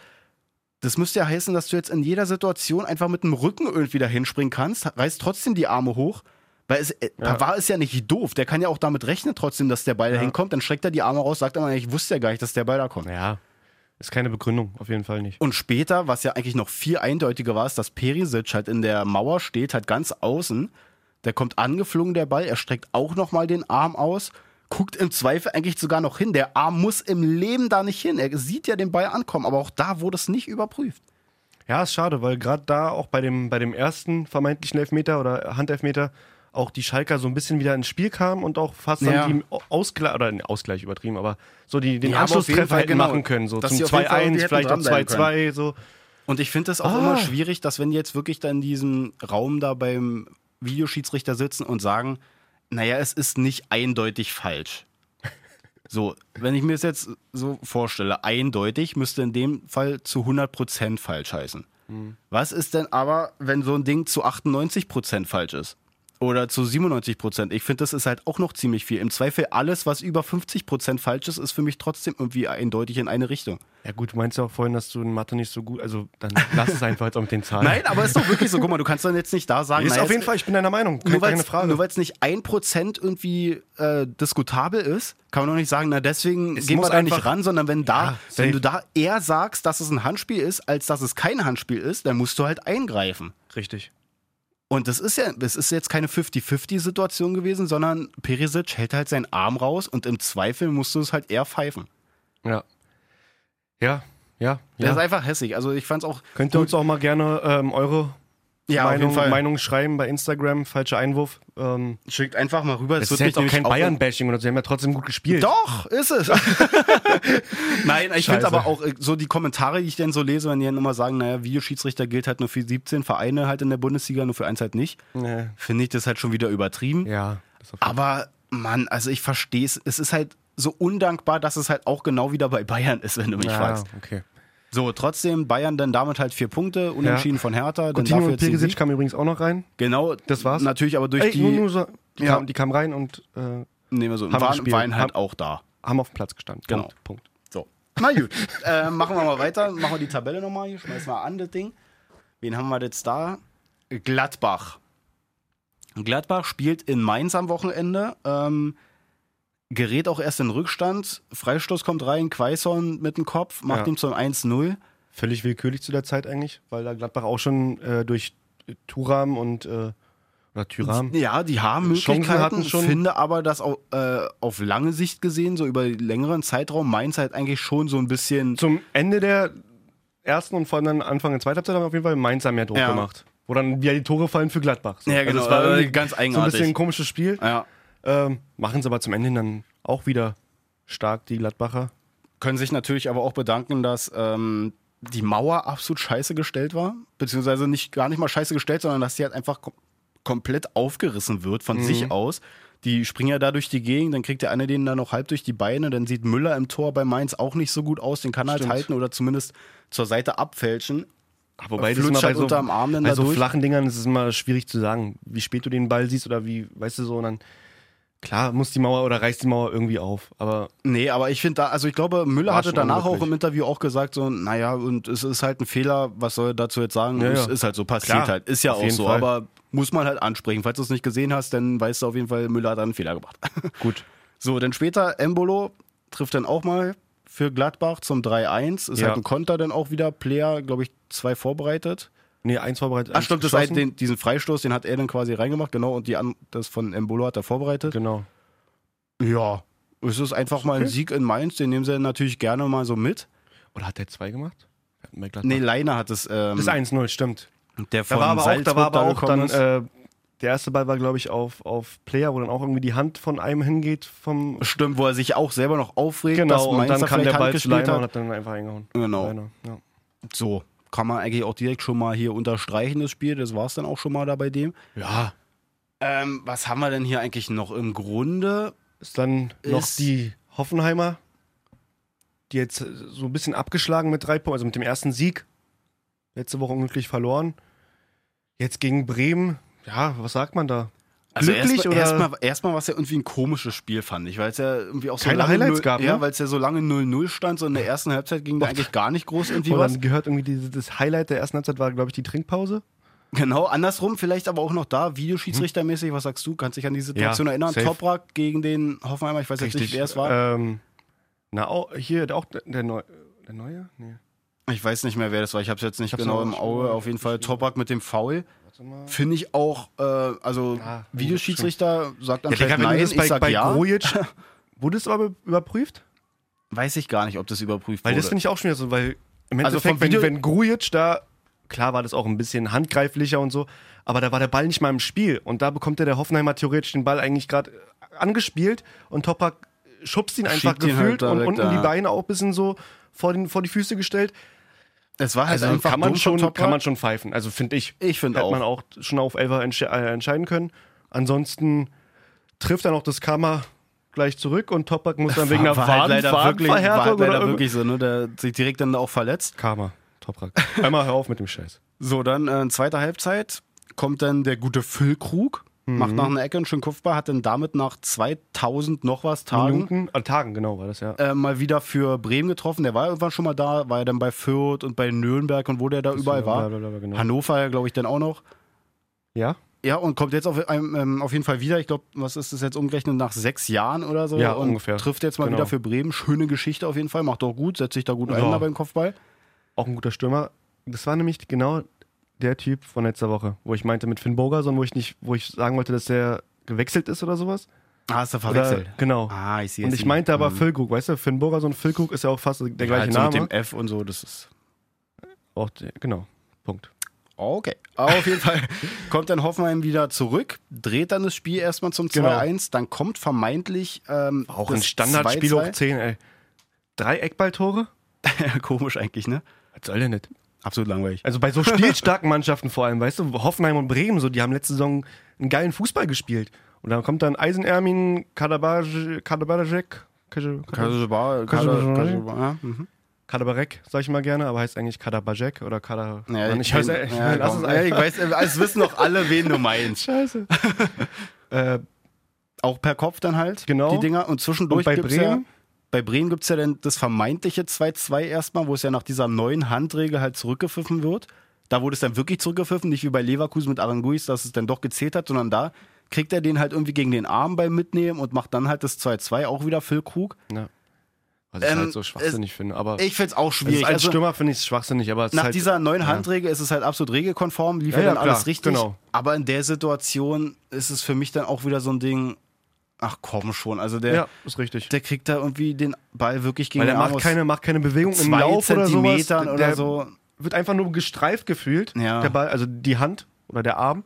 Speaker 1: Das müsste ja heißen, dass du jetzt in jeder Situation einfach mit dem Rücken irgendwie dahinspringen kannst, reißt trotzdem die Arme hoch. Weil es, äh,
Speaker 3: Ja.
Speaker 1: Pavard ist ja nicht doof. Der kann ja auch damit rechnen, trotzdem, dass der Ball dahin kommt. Dann streckt er die Arme raus, sagt aber, ich wusste ja gar nicht, dass der Ball da kommt.
Speaker 3: ja, ist keine Begründung, auf jeden Fall nicht.
Speaker 1: Und später, was ja eigentlich noch viel eindeutiger war, ist, dass Perisic halt in der Mauer steht, halt ganz außen. Der kommt angeflogen, der Ball. Er streckt auch nochmal den Arm aus, guckt im Zweifel eigentlich sogar noch hin. Der Arm muss im Leben da nicht hin. Er sieht ja den Ball ankommen, aber auch da wurde es nicht überprüft.
Speaker 3: Ja, ist schade, weil gerade da auch bei dem, bei dem ersten vermeintlichen Elfmeter oder Handelfmeter auch die Schalker so ein bisschen wieder ins Spiel kamen und auch fast
Speaker 1: Ja.
Speaker 3: dann die Ausgleich, oder den Ausgleich übertrieben, aber so die, den
Speaker 1: Ja, aber auf jeden
Speaker 3: Anschlusstreffer
Speaker 1: Fall,
Speaker 3: hätten
Speaker 1: genau.
Speaker 3: machen können. So
Speaker 1: Dass
Speaker 3: zum
Speaker 1: sie auf jeden Fall hätten
Speaker 3: 2-1, vielleicht auch
Speaker 1: dran bleiben
Speaker 3: 2-2, so.
Speaker 1: Und ich finde es auch
Speaker 3: Ah.
Speaker 1: immer schwierig, dass wenn die jetzt wirklich da in diesem Raum da beim Videoschiedsrichter sitzen und sagen, naja, es ist nicht eindeutig falsch. So, wenn ich mir das jetzt so vorstelle, eindeutig müsste in dem Fall zu 100% falsch heißen. Was ist denn aber, wenn so ein Ding zu 98% falsch ist? Oder zu 97%? Ich finde, das ist halt auch noch ziemlich viel. Im Zweifel alles, was über 50% falsch ist, ist für mich trotzdem irgendwie eindeutig in eine Richtung.
Speaker 3: Ja gut, du meinst ja auch vorhin, dass du in Mathe nicht so gut, also dann lass es einfach jetzt auch mit den Zahlen.
Speaker 1: Nein, aber ist doch wirklich so. Guck mal, du kannst dann jetzt nicht da sagen,
Speaker 3: Ah. ist
Speaker 1: naja,
Speaker 3: auf
Speaker 1: es-
Speaker 3: jeden Fall, ich bin deiner Meinung, keine,
Speaker 1: nur
Speaker 3: keine
Speaker 1: weil's-
Speaker 3: Frage.
Speaker 1: nur weil es nicht ein Prozent irgendwie äh, diskutabel ist, kann man doch nicht sagen, na deswegen gehen wir
Speaker 3: muss
Speaker 1: da nicht
Speaker 3: einfach-
Speaker 1: ran, sondern wenn da,
Speaker 3: Ja, safe.
Speaker 1: wenn du da eher sagst, dass es ein Handspiel ist, als dass es kein Handspiel ist, dann musst du halt eingreifen.
Speaker 3: Richtig.
Speaker 1: Und das ist ja, das ist jetzt keine 50-50-Situation gewesen, sondern Perisic hält halt seinen Arm raus und im Zweifel musst du es halt eher pfeifen.
Speaker 3: Ja. Ja, ja.
Speaker 1: Das
Speaker 3: ja.
Speaker 1: ist einfach hässlich. Also ich fand es auch
Speaker 3: Könnt ihr uns auch mal gerne ähm, eure
Speaker 1: Ja, auf
Speaker 3: Meinung,
Speaker 1: jeden Fall.
Speaker 3: Meinung schreiben bei Instagram, falscher Einwurf. Ähm,
Speaker 1: schickt einfach mal rüber.
Speaker 3: es ist
Speaker 1: wird
Speaker 3: ja
Speaker 1: mich
Speaker 3: jetzt auch
Speaker 1: nämlich
Speaker 3: kein Bayern-Bashing oder so, sie haben ja trotzdem gut gespielt.
Speaker 1: Doch, ist es. Nein, ich finde
Speaker 3: Scheiße.
Speaker 1: aber auch äh, so die Kommentare, die ich dann so lese, wenn die dann immer sagen, naja, Videoschiedsrichter gilt halt nur für 17 Vereine halt in der Bundesliga, nur für eins halt nicht,
Speaker 3: Nee.
Speaker 1: finde ich das halt schon wieder übertrieben.
Speaker 3: Ja. das auf jeden Fall.
Speaker 1: Aber Mann, also ich verstehe es. Es ist halt so undankbar, dass es halt auch genau wieder bei Bayern ist, wenn du mich
Speaker 3: ja,
Speaker 1: fragst.
Speaker 3: okay.
Speaker 1: So, trotzdem Bayern dann damit halt vier Punkte, unentschieden von Hertha, dann
Speaker 3: Coutinho
Speaker 1: dafür
Speaker 3: und
Speaker 1: jetzt den
Speaker 3: Perisic
Speaker 1: Sieg.
Speaker 3: kam übrigens auch noch rein.
Speaker 1: Genau,
Speaker 3: Das war's.
Speaker 1: Natürlich aber durch
Speaker 3: Ey,
Speaker 1: die,
Speaker 3: nur, nur so, die,
Speaker 1: Ja.
Speaker 3: kamen, die kamen rein und äh,
Speaker 1: nehmen wir so,
Speaker 3: haben
Speaker 1: waren,
Speaker 3: gespielt.
Speaker 1: waren halt
Speaker 3: Haben-
Speaker 1: auch da.
Speaker 3: haben auf dem Platz gestanden.
Speaker 1: Genau.
Speaker 3: Punkt. Punkt.
Speaker 1: So. Na gut, äh, machen wir mal weiter. Machen wir die Tabelle nochmal hier. Schmeißen wir an das Ding. Wen haben wir jetzt da? Gladbach. Gladbach spielt in Mainz am Wochenende. Ähm, gerät auch erst in Rückstand. Freistoß kommt rein. Quaison mit dem Kopf macht
Speaker 3: Ja.
Speaker 1: ihm zum 1-0.
Speaker 3: Völlig willkürlich zu der Zeit eigentlich, weil da Gladbach auch schon äh, durch Turam und äh, oder Tyram.
Speaker 1: Ja, die haben
Speaker 3: Chancen
Speaker 1: Möglichkeiten.
Speaker 3: hatten
Speaker 1: Ich
Speaker 3: schon.
Speaker 1: finde aber, dass auch, äh, auf lange Sicht gesehen, so über längeren Zeitraum, Mainz halt eigentlich schon so ein bisschen
Speaker 3: Zum Ende der ersten und vor allem dann Anfang der zweiten Halbzeit haben wir auf jeden Fall Mainz haben mehr Druck
Speaker 1: Ja.
Speaker 3: gemacht. Wo dann wieder die Tore fallen für Gladbach. So.
Speaker 1: Ja, genau,
Speaker 3: es war
Speaker 1: also
Speaker 3: irgendwie
Speaker 1: ganz
Speaker 3: So ein
Speaker 1: eigenartig.
Speaker 3: bisschen ein komisches Spiel.
Speaker 1: ja,
Speaker 3: Ähm, Machen es aber zum Ende hin dann auch wieder stark, die Gladbacher.
Speaker 1: können sich natürlich aber auch bedanken, dass ähm, die Mauer absolut scheiße gestellt war, beziehungsweise nicht gar nicht mal scheiße gestellt, sondern dass sie halt einfach kom komplett aufgerissen wird von sich aus. Die springen ja da durch die Gegend, dann kriegt der eine den dann noch halb durch die Beine, dann sieht Müller im Tor bei Mainz auch nicht so gut aus, den kann er halt
Speaker 3: Stimmt.
Speaker 1: halten oder zumindest zur Seite abfälschen.
Speaker 3: Wobei
Speaker 1: Flutscht halt unterm Arm dann
Speaker 3: bei
Speaker 1: da
Speaker 3: so
Speaker 1: durch.
Speaker 3: flachen Dingern ist es immer schwierig zu sagen, wie spät du den Ball siehst oder wie, weißt du so, und dann klar muss die Mauer oder reißt die Mauer irgendwie auf. Aber
Speaker 1: Nee, aber ich finde da, also ich glaube, Müller
Speaker 3: War
Speaker 1: hatte
Speaker 3: schon
Speaker 1: danach auch
Speaker 3: unglücklich.
Speaker 1: im Interview auch gesagt, so, naja, und es ist halt ein Fehler, was soll er dazu jetzt sagen?
Speaker 3: Ja,
Speaker 1: es
Speaker 3: ja.
Speaker 1: ist halt so, passiert
Speaker 3: Klar,
Speaker 1: halt. Ist ja
Speaker 3: auf
Speaker 1: auch
Speaker 3: jeden
Speaker 1: so,
Speaker 3: Fall.
Speaker 1: aber muss man halt ansprechen. Falls du es nicht gesehen hast, dann weißt du auf jeden Fall, Müller hat da einen Fehler gemacht.
Speaker 3: gut.
Speaker 1: so, dann später Embolo trifft dann auch mal für Gladbach zum 3-1. Ist
Speaker 3: Ja.
Speaker 1: halt ein Konter dann auch wieder. Player, glaube ich, zwei vorbereitet.
Speaker 3: Nee, eins vorbereitet.
Speaker 1: Ach
Speaker 3: eins
Speaker 1: stimmt, das
Speaker 3: geschossen.
Speaker 1: halt den, diesen Freistoß, den hat er dann quasi reingemacht, genau, und die an, das von Embolo hat er vorbereitet.
Speaker 3: Genau.
Speaker 1: Ja. Es ist einfach mal ein
Speaker 3: okay.
Speaker 1: Sieg in Mainz, den nehmen sie natürlich gerne mal so mit.
Speaker 3: Oder hat der zwei gemacht? Wir hatten bei Gladbach-
Speaker 1: Nee, Leiner hat es. Ähm,
Speaker 3: Das ist 1-0, stimmt.
Speaker 1: der von
Speaker 3: Da war aber auch,
Speaker 1: Salzburg
Speaker 3: da war aber auch
Speaker 1: gekommen
Speaker 3: dann,
Speaker 1: ist.
Speaker 3: äh, der erste Ball war, glaube ich, auf, auf Player, wo dann auch irgendwie die Hand von einem hingeht vom
Speaker 1: Stimmt, wo er sich auch selber noch aufregt, dass
Speaker 3: Genau, und
Speaker 1: Mainz
Speaker 3: dann
Speaker 1: da
Speaker 3: kam der
Speaker 1: vielleicht Hand
Speaker 3: Ball zu
Speaker 1: gespielt
Speaker 3: Leimer und
Speaker 1: hat.
Speaker 3: hat dann einfach eingehauen.
Speaker 1: Genau.
Speaker 3: Leimer, ja.
Speaker 1: So, kann man eigentlich auch direkt schon mal hier unterstreichen, das Spiel. Das war es dann auch schon mal da bei dem.
Speaker 3: ja.
Speaker 1: Ähm, was haben wir denn hier eigentlich noch im Grunde?
Speaker 3: Ist dann noch
Speaker 1: Ist-
Speaker 3: die Hoffenheimer, die jetzt äh, so ein bisschen abgeschlagen mit drei Punkten, also mit dem ersten Sieg. Letzte Woche unglücklich verloren. Jetzt gegen Bremen. Ja, was sagt man da? Glücklich
Speaker 1: Also erst,
Speaker 3: oder?
Speaker 1: Erstmal, erstmal war es ja irgendwie ein komisches Spiel, fand ich, weil es ja irgendwie auch so
Speaker 3: Keine
Speaker 1: lange
Speaker 3: Highlights
Speaker 1: null-
Speaker 3: gab, ne?
Speaker 1: Ja, weil es ja so lange 0-0 stand, so in der ersten Halbzeit ging da eigentlich gar nicht groß irgendwie
Speaker 3: und
Speaker 1: was.
Speaker 3: dann gehört irgendwie dieses, das Highlight der ersten Halbzeit war, glaube ich, die Trinkpause.
Speaker 1: Genau, andersrum vielleicht aber auch noch da, Videoschiedsrichtermäßig, was sagst du? Kannst dich an die Situation
Speaker 3: Hm. Ja,
Speaker 1: erinnern?
Speaker 3: safe.
Speaker 1: Toprak gegen den Hoffenheimer, ich weiß jetzt nicht, wer es war.
Speaker 3: Ähm, na, au- hier auch der, der Neue. Der Neue? Nee.
Speaker 1: Ich weiß nicht mehr, wer das war. Ich habe es jetzt nicht
Speaker 3: hab's
Speaker 1: genau
Speaker 3: auch
Speaker 1: im
Speaker 3: schon
Speaker 1: Auge.
Speaker 3: mal
Speaker 1: Auf jeden Fall
Speaker 3: geschrieben.
Speaker 1: Toprak mit dem Foul.
Speaker 3: Warte mal.
Speaker 1: Finde ich auch, äh, also
Speaker 3: Ah,
Speaker 1: Videoschiedsrichter sagt
Speaker 3: Ja,
Speaker 1: anscheinend
Speaker 3: Digga, wenn
Speaker 1: nein,
Speaker 3: du das
Speaker 1: ich
Speaker 3: bei,
Speaker 1: sag
Speaker 3: bei
Speaker 1: ja.
Speaker 3: Grujic Wurde es aber überprüft?
Speaker 1: Weiß ich gar nicht, ob das überprüft
Speaker 3: Weil
Speaker 1: wurde.
Speaker 3: das finde ich auch schon wieder so, weil im
Speaker 1: Also
Speaker 3: Endeffekt,
Speaker 1: vom Video-
Speaker 3: wenn, wenn Grujic da, klar war das auch ein bisschen handgreiflicher und so, aber da war der Ball nicht mal im Spiel und da bekommt ja der Hoffenheimer theoretisch den Ball eigentlich gerade äh, angespielt und Topak schubst ihn einfach
Speaker 1: Schiebt ihn halt
Speaker 3: gefühlt und
Speaker 1: direkt,
Speaker 3: unten die
Speaker 1: ja.
Speaker 3: Beine auch ein bisschen so vor, den, vor die Füße gestellt.
Speaker 1: das war halt
Speaker 3: Also
Speaker 1: einfach
Speaker 3: kann man,
Speaker 1: dumm vom
Speaker 3: schon,
Speaker 1: Topper.
Speaker 3: kann man schon pfeifen, also finde ich.
Speaker 1: Ich finde
Speaker 3: Hätte
Speaker 1: auch.
Speaker 3: man auch schon auf Elfer entsche äh, entscheiden können. Ansonsten trifft dann auch das Kammer gleich zurück und Topak muss dann wegen einer
Speaker 1: war halt
Speaker 3: Waden-
Speaker 1: leider wirklich, war
Speaker 3: Wadenverhärtung
Speaker 1: halt leider
Speaker 3: oder
Speaker 1: wirklich so, ne? Der hat sich direkt dann auch verletzt.
Speaker 3: Karma. Toprak. Einmal hör auf mit dem Scheiß.
Speaker 1: So, dann äh, zweite Halbzeit kommt dann der gute Füllkrug,
Speaker 3: Mhm.
Speaker 1: macht nach einer Ecke einen schönen Kopfball, hat dann damit nach 2000 noch was Tagen
Speaker 3: Minuten? An Tagen, genau, war das ja.
Speaker 1: äh, mal wieder für Bremen getroffen. Der war irgendwann schon mal da, war ja dann bei Fürth und bei Nürnberg und wo der da überall war.
Speaker 3: blablabla, genau.
Speaker 1: Hannover, glaube ich, dann auch noch.
Speaker 3: Ja?
Speaker 1: Ja, und kommt jetzt auf, einem, ähm, auf jeden Fall wieder. Ich glaube, was ist das jetzt umgerechnet? Nach sechs Jahren oder so.
Speaker 3: Ja,
Speaker 1: und
Speaker 3: ungefähr.
Speaker 1: Trifft jetzt mal
Speaker 3: Genau.
Speaker 1: wieder für Bremen. Schöne Geschichte auf jeden Fall. Macht auch gut, setzt sich da gut ein
Speaker 3: Ja.
Speaker 1: da beim Kopfball.
Speaker 3: Auch ein guter Stürmer. Das war nämlich genau der Typ von letzter Woche, wo ich meinte mit Finn Bogerson, wo ich nicht, wo ich sagen wollte, dass der gewechselt ist oder sowas.
Speaker 1: Ah, hast du verwechselt.
Speaker 3: Oder, genau.
Speaker 1: Ah, ich sehe
Speaker 3: Und
Speaker 1: jetzt
Speaker 3: ich
Speaker 1: nicht.
Speaker 3: meinte aber
Speaker 1: Mhm.
Speaker 3: Füllkrug, weißt du, Finn Bogerson, Füllkrug ist ja auch fast der
Speaker 1: Ja,
Speaker 3: gleiche
Speaker 1: halt so
Speaker 3: Name.
Speaker 1: Mit dem F und so, das ist.
Speaker 3: auch, der- genau. Punkt.
Speaker 1: Okay. Aber auf jeden Fall kommt dann Hoffenheim wieder zurück, dreht dann das Spiel erstmal zum 2-1,
Speaker 3: Genau.
Speaker 1: dann kommt vermeintlich ähm,
Speaker 3: Auch
Speaker 1: das
Speaker 3: ein Standardspiel
Speaker 1: 2-2.
Speaker 3: hoch 10, ey. Drei Eckballtore?
Speaker 1: Komisch eigentlich, ne?
Speaker 3: Was soll denn das?
Speaker 1: Absolut langweilig.
Speaker 3: Also bei so spielstarken Mannschaften vor allem, weißt du, Hoffenheim und Bremen, so, die haben letzte Saison einen geilen Fußball gespielt. Und dann kommt dann Eisenermin, Kadabaraj- Kadabarajek, Kaj- Kada-
Speaker 1: Kasubar,
Speaker 3: Kasubar-
Speaker 1: Kasubar, ja. mhm.
Speaker 3: Kadabarek, sag ich mal gerne, aber heißt eigentlich Kadabajek oder Kada.
Speaker 1: Ja,
Speaker 3: Mann, ich weiß, ey,
Speaker 1: ja,
Speaker 3: lass
Speaker 1: komm.
Speaker 3: es
Speaker 1: ja, ich
Speaker 3: einfach.
Speaker 1: weiß, äh, es wissen doch alle, wen du meinst.
Speaker 3: Scheiße. äh,
Speaker 1: Auch per Kopf dann halt,
Speaker 3: Genau.
Speaker 1: die Dinger. Und zwischendurch
Speaker 3: Und bei
Speaker 1: gibt's
Speaker 3: Bremen?
Speaker 1: Ja, bei Bremen gibt es ja dann das vermeintliche 2-2 erstmal, wo es ja nach dieser neuen Handregel halt zurückgepfiffen wird. Da wurde es dann wirklich zurückgepfiffen, nicht wie bei Leverkusen mit Aranguis, dass es dann doch gezählt hat, sondern da kriegt er den halt irgendwie gegen den Arm beim Mitnehmen und macht dann halt das 2-2 auch wieder Phil Krug.
Speaker 3: was ich
Speaker 1: Ähm,
Speaker 3: halt so schwachsinnig finde, aber
Speaker 1: Ich find's auch schwierig.
Speaker 3: also als Stürmer finde ich es schwachsinnig, aber es ist
Speaker 1: Nach
Speaker 3: halt,
Speaker 1: dieser neuen Handregel ist es halt absolut regelkonform, lief ja,
Speaker 3: Ja, ja,
Speaker 1: dann alles
Speaker 3: klar,
Speaker 1: richtig.
Speaker 3: genau.
Speaker 1: Aber in der Situation ist es für mich dann auch wieder so ein Ding, ach komm schon, also der,
Speaker 3: ja, ist richtig.
Speaker 1: der kriegt da irgendwie den Ball wirklich gegen
Speaker 3: Weil er
Speaker 1: den Arm
Speaker 3: macht
Speaker 1: aus
Speaker 3: keine, macht keine Bewegung im
Speaker 1: zwei
Speaker 3: Lauf oder sowas.
Speaker 1: Zentimetern oder
Speaker 3: Der-
Speaker 1: so.
Speaker 3: wird einfach nur gestreift gefühlt,
Speaker 1: Ja.
Speaker 3: der Ball, also die Hand oder der Arm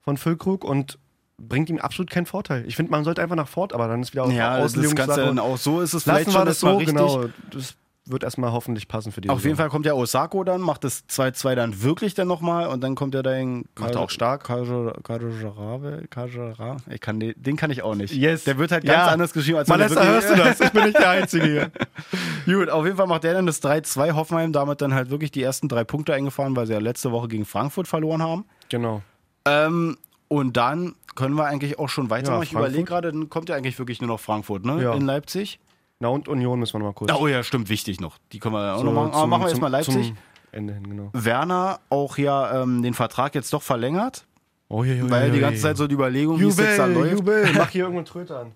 Speaker 3: von Füllkrug und bringt ihm absolut keinen Vorteil. Ich finde, man sollte einfach nach fort, aber dann ist wieder auch
Speaker 1: Ja, das Ganze dann
Speaker 3: Auslegungssache.
Speaker 1: auch so ist es
Speaker 3: Lassen
Speaker 1: vielleicht
Speaker 3: wir
Speaker 1: schon
Speaker 3: das
Speaker 1: erstmal
Speaker 3: so,
Speaker 1: richtig.
Speaker 3: genau. Das wird erstmal hoffentlich passen für die
Speaker 1: Auf jeden Fall kommt ja Osako dann, macht das 2-2 dann wirklich dann nochmal und dann kommt ja dein
Speaker 3: Macht er auch
Speaker 1: stark. Kajarabe, Kajara. Ich kann den, den kann ich auch nicht.
Speaker 3: Yes.
Speaker 1: Der wird halt ganz
Speaker 3: Ja.
Speaker 1: anders geschrieben als
Speaker 3: Mal
Speaker 1: wenn er
Speaker 3: da hörst
Speaker 1: wirklich-
Speaker 3: du das. Ich bin nicht der Einzige hier.
Speaker 1: Gut, auf jeden Fall macht der dann das 3-2 Hoffenheim, damit dann halt wirklich die ersten drei Punkte eingefahren, weil sie ja letzte Woche gegen Frankfurt verloren haben.
Speaker 3: Genau.
Speaker 1: Ähm, und dann können wir eigentlich auch schon weitermachen.
Speaker 3: Ja,
Speaker 1: ich überlege
Speaker 3: Frankfurt.
Speaker 1: gerade, dann kommt ja eigentlich wirklich nur noch Frankfurt, ne?
Speaker 3: Ja.
Speaker 1: In Leipzig.
Speaker 3: Na und Union müssen wir noch mal kurz.
Speaker 1: Oh ja, stimmt, wichtig noch. Die können wir auch
Speaker 3: So,
Speaker 1: noch machen. Aber
Speaker 3: zum-
Speaker 1: machen wir
Speaker 3: zum-
Speaker 1: erstmal Leipzig.
Speaker 3: Zum Ende hin, genau.
Speaker 1: Werner auch ja ähm, den Vertrag jetzt doch verlängert,
Speaker 3: Oh, je, je,
Speaker 1: weil
Speaker 3: je,
Speaker 1: die
Speaker 3: je,
Speaker 1: ganze
Speaker 3: je.
Speaker 1: Zeit so um die Überlegung, wie es jetzt da
Speaker 3: Jubel,
Speaker 1: läuft.
Speaker 3: Jubel, mach hier irgendeinen Tröter an.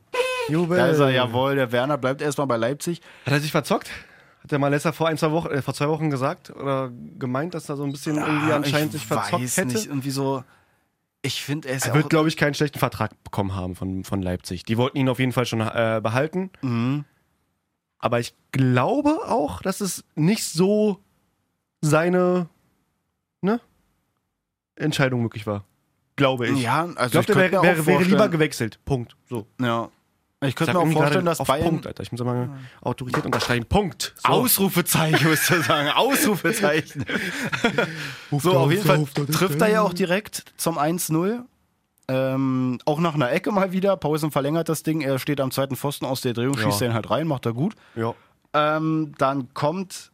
Speaker 3: Jubel.
Speaker 1: Da ist er, jawohl, der Werner bleibt erstmal bei Leipzig.
Speaker 3: Hat er sich verzockt? Hat der Malessa vor ein, zwei Wochen, äh, vor zwei Wochen gesagt oder gemeint, dass er so ein bisschen irgendwie anscheinend sich verzockt
Speaker 1: Ah, weiß
Speaker 3: hätte?
Speaker 1: nicht, irgendwie so. Ich finde, er ist
Speaker 3: Er
Speaker 1: ja
Speaker 3: wird,
Speaker 1: auch
Speaker 3: glaube ich, keinen schlechten Vertrag bekommen haben von, von Leipzig. Die wollten ihn auf jeden Fall schon äh, behalten.
Speaker 1: mhm.
Speaker 3: Aber ich glaube auch, dass es nicht so seine ne, Entscheidung möglich war. Glaube ich.
Speaker 1: Ja,
Speaker 3: ich glaube,
Speaker 1: also ich,
Speaker 3: der
Speaker 1: könnte mir
Speaker 3: wäre,
Speaker 1: auch
Speaker 3: wäre, wäre lieber
Speaker 1: vorstellen-
Speaker 3: gewechselt. Punkt. So.
Speaker 1: Ja. Ich
Speaker 3: Ich
Speaker 1: könnte
Speaker 3: sag
Speaker 1: mir auch
Speaker 3: irgendwie gerade
Speaker 1: vorstellen, dass
Speaker 3: auf
Speaker 1: Bayern
Speaker 3: Punkt, Alter. Ich muss mal eine Autorität unterschreiben. Punkt. So.
Speaker 1: Ausrufezeichen, musst du sagen. Ausrufezeichen. so, auf jeden Fall trifft er ja auch direkt zum 1-0. Ähm, auch nach einer Ecke mal wieder. Pausen verlängert das Ding. Er steht am zweiten Pfosten aus der Drehung,
Speaker 3: Ja.
Speaker 1: schießt den halt rein, macht er gut.
Speaker 3: Ja.
Speaker 1: Ähm, dann kommt.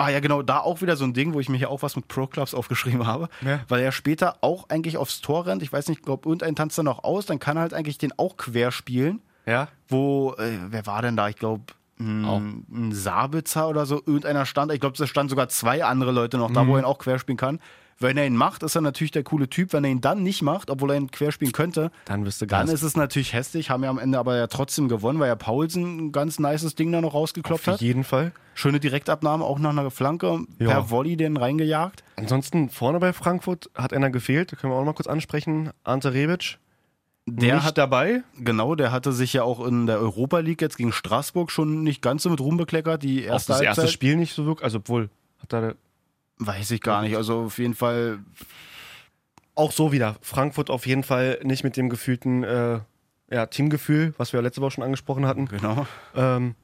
Speaker 1: Ah ja, genau, da auch wieder so ein Ding, wo ich mir hier auch was mit Pro Clubs aufgeschrieben habe.
Speaker 3: Ja.
Speaker 1: Weil er später auch eigentlich aufs Tor rennt. Ich weiß nicht, ob irgendein tanzt da noch aus, dann kann er halt eigentlich den auch quer spielen.
Speaker 3: Ja.
Speaker 1: wo, äh, wer war denn da? Ich glaube,
Speaker 3: Auch.
Speaker 1: ein ein Sabitzer oder so, irgendeiner stand, ich glaube, es standen sogar zwei andere Leute noch da,
Speaker 3: Mhm.
Speaker 1: wo er ihn auch querspielen kann. Wenn er ihn macht, ist er natürlich der coole Typ. Wenn er ihn dann nicht macht, obwohl er ihn querspielen könnte,
Speaker 3: Dann wirst du gar
Speaker 1: dann ist es natürlich hässlich. Haben ja am Ende aber ja trotzdem gewonnen, weil ja Paulsen ein ganz nices Ding da noch rausgeklopft
Speaker 3: Auf
Speaker 1: hat.
Speaker 3: jeden Fall.
Speaker 1: Schöne Direktabnahme, auch nach einer Flanke,
Speaker 3: Ja.
Speaker 1: per Volley den reingejagt.
Speaker 3: Ansonsten vorne bei Frankfurt hat einer gefehlt, können wir auch noch mal kurz ansprechen. Ante Rebic,
Speaker 1: Der
Speaker 3: nicht
Speaker 1: hat-
Speaker 3: dabei.
Speaker 1: Genau, der hatte sich ja auch in der Europa League jetzt gegen Straßburg schon nicht ganz so mit Ruhm bekleckert. Die
Speaker 3: Auch
Speaker 1: erste,
Speaker 3: das erste
Speaker 1: Halbzeit,
Speaker 3: Spiel nicht so wirklich. Also, obwohl, hat da
Speaker 1: Weiß ich gar nicht. Also auf jeden Fall
Speaker 3: auch so wieder. Frankfurt auf jeden Fall nicht mit dem gefühlten äh, ja, Teamgefühl, was wir letzte Woche schon angesprochen hatten.
Speaker 1: Genau.
Speaker 3: Ähm,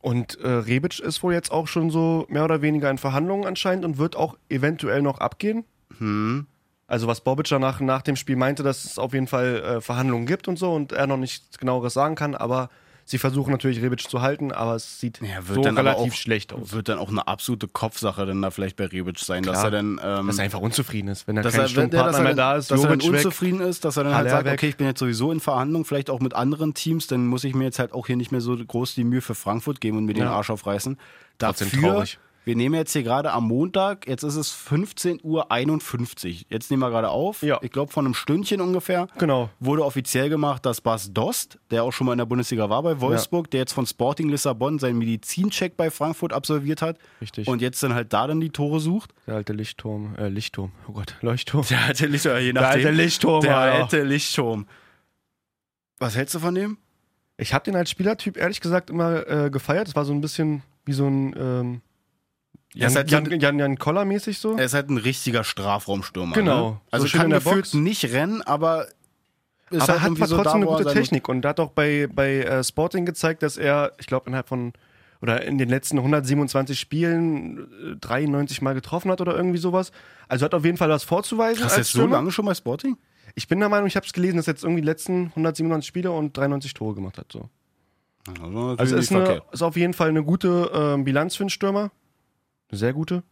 Speaker 3: und äh, Rebic ist wohl jetzt auch schon so mehr oder weniger in Verhandlungen anscheinend und wird auch eventuell noch abgehen.
Speaker 1: Hm.
Speaker 3: Also was Bobic danach nach dem Spiel meinte, dass es auf jeden Fall äh, Verhandlungen gibt und so und er noch nichts genaueres sagen kann, aber sie versuchen natürlich Rebic zu halten, aber es sieht
Speaker 1: Ja, wird
Speaker 3: so
Speaker 1: dann aber
Speaker 3: relativ
Speaker 1: auch-
Speaker 3: schlecht aus.
Speaker 1: Wird dann auch eine absolute Kopfsache dann da vielleicht bei Rebic sein, dass
Speaker 3: Klar.
Speaker 1: er dann. Ähm,
Speaker 3: Dass er einfach unzufrieden ist, wenn er
Speaker 1: dass
Speaker 3: kein
Speaker 1: er, wenn der, dass
Speaker 3: Sturmpartner
Speaker 1: er,
Speaker 3: mehr
Speaker 1: dann,
Speaker 3: da ist,
Speaker 1: dass er dann
Speaker 3: Jovic weg.
Speaker 1: unzufrieden ist, dass er dann halt
Speaker 3: Haller
Speaker 1: sagt,
Speaker 3: weg.
Speaker 1: okay, ich bin jetzt sowieso in Verhandlung, vielleicht auch mit anderen Teams, dann muss ich mir jetzt halt auch hier nicht mehr so groß die Mühe für Frankfurt geben und mir den
Speaker 3: Ja.
Speaker 1: Arsch aufreißen.
Speaker 3: Trotzdem
Speaker 1: Dafür,
Speaker 3: traurig.
Speaker 1: wir nehmen jetzt hier gerade am Montag, jetzt ist es 15.51 Uhr. Jetzt nehmen wir gerade auf.
Speaker 3: Ja.
Speaker 1: Ich glaube, vor einem Stündchen ungefähr
Speaker 3: Genau.
Speaker 1: wurde offiziell gemacht, dass Bas Dost, der auch schon mal in der Bundesliga war bei Wolfsburg, der jetzt von Sporting Lissabon seinen Medizincheck bei Frankfurt absolviert hat
Speaker 3: Richtig.
Speaker 1: und jetzt dann halt da dann die Tore sucht.
Speaker 3: Der alte Lichtturm, äh, Lichtturm, oh Gott, Leuchtturm.
Speaker 1: Der alte Lichtturm, je
Speaker 3: nachdem.
Speaker 1: Der
Speaker 3: Der
Speaker 1: alte
Speaker 3: alte
Speaker 1: Lichtturm. Was hältst du von dem?
Speaker 3: Ich habe den als Spielertyp ehrlich gesagt immer äh, gefeiert. Es war so ein bisschen wie so ein ähm,
Speaker 1: Ja,
Speaker 3: Jan,
Speaker 1: es hat-
Speaker 3: Jan, Jan, Jan, Koller mäßig so.
Speaker 1: halt Er ist halt ein richtiger Strafraumstürmer.
Speaker 3: Genau.
Speaker 1: Ne?
Speaker 3: So
Speaker 1: Also
Speaker 3: schön
Speaker 1: kann
Speaker 3: in der
Speaker 1: gefühlt
Speaker 3: Box.
Speaker 1: nicht rennen, aber
Speaker 3: aber
Speaker 1: ist halt
Speaker 3: hat
Speaker 1: irgendwie
Speaker 3: aber
Speaker 1: so
Speaker 3: trotzdem
Speaker 1: da,
Speaker 3: eine
Speaker 1: wo er
Speaker 3: gute
Speaker 1: sein muss.
Speaker 3: Technik und da hat auch bei, bei äh, Sporting gezeigt, dass er, ich glaube, innerhalb von oder in den letzten 127 Spielen äh, 93 Mal getroffen hat oder irgendwie sowas. Also hat auf jeden Fall was vorzuweisen.
Speaker 1: Hast
Speaker 3: als
Speaker 1: du jetzt so
Speaker 3: Stürmer.
Speaker 1: lange schon bei Sporting?
Speaker 3: Ich bin der Meinung, ich habe es gelesen, dass er jetzt irgendwie die letzten 197 Spiele und 93 Tore gemacht hat. So.
Speaker 1: Also,
Speaker 3: Also ist, eine, ist auf jeden Fall eine gute ähm, Bilanz für einen Stürmer. Eine sehr gute.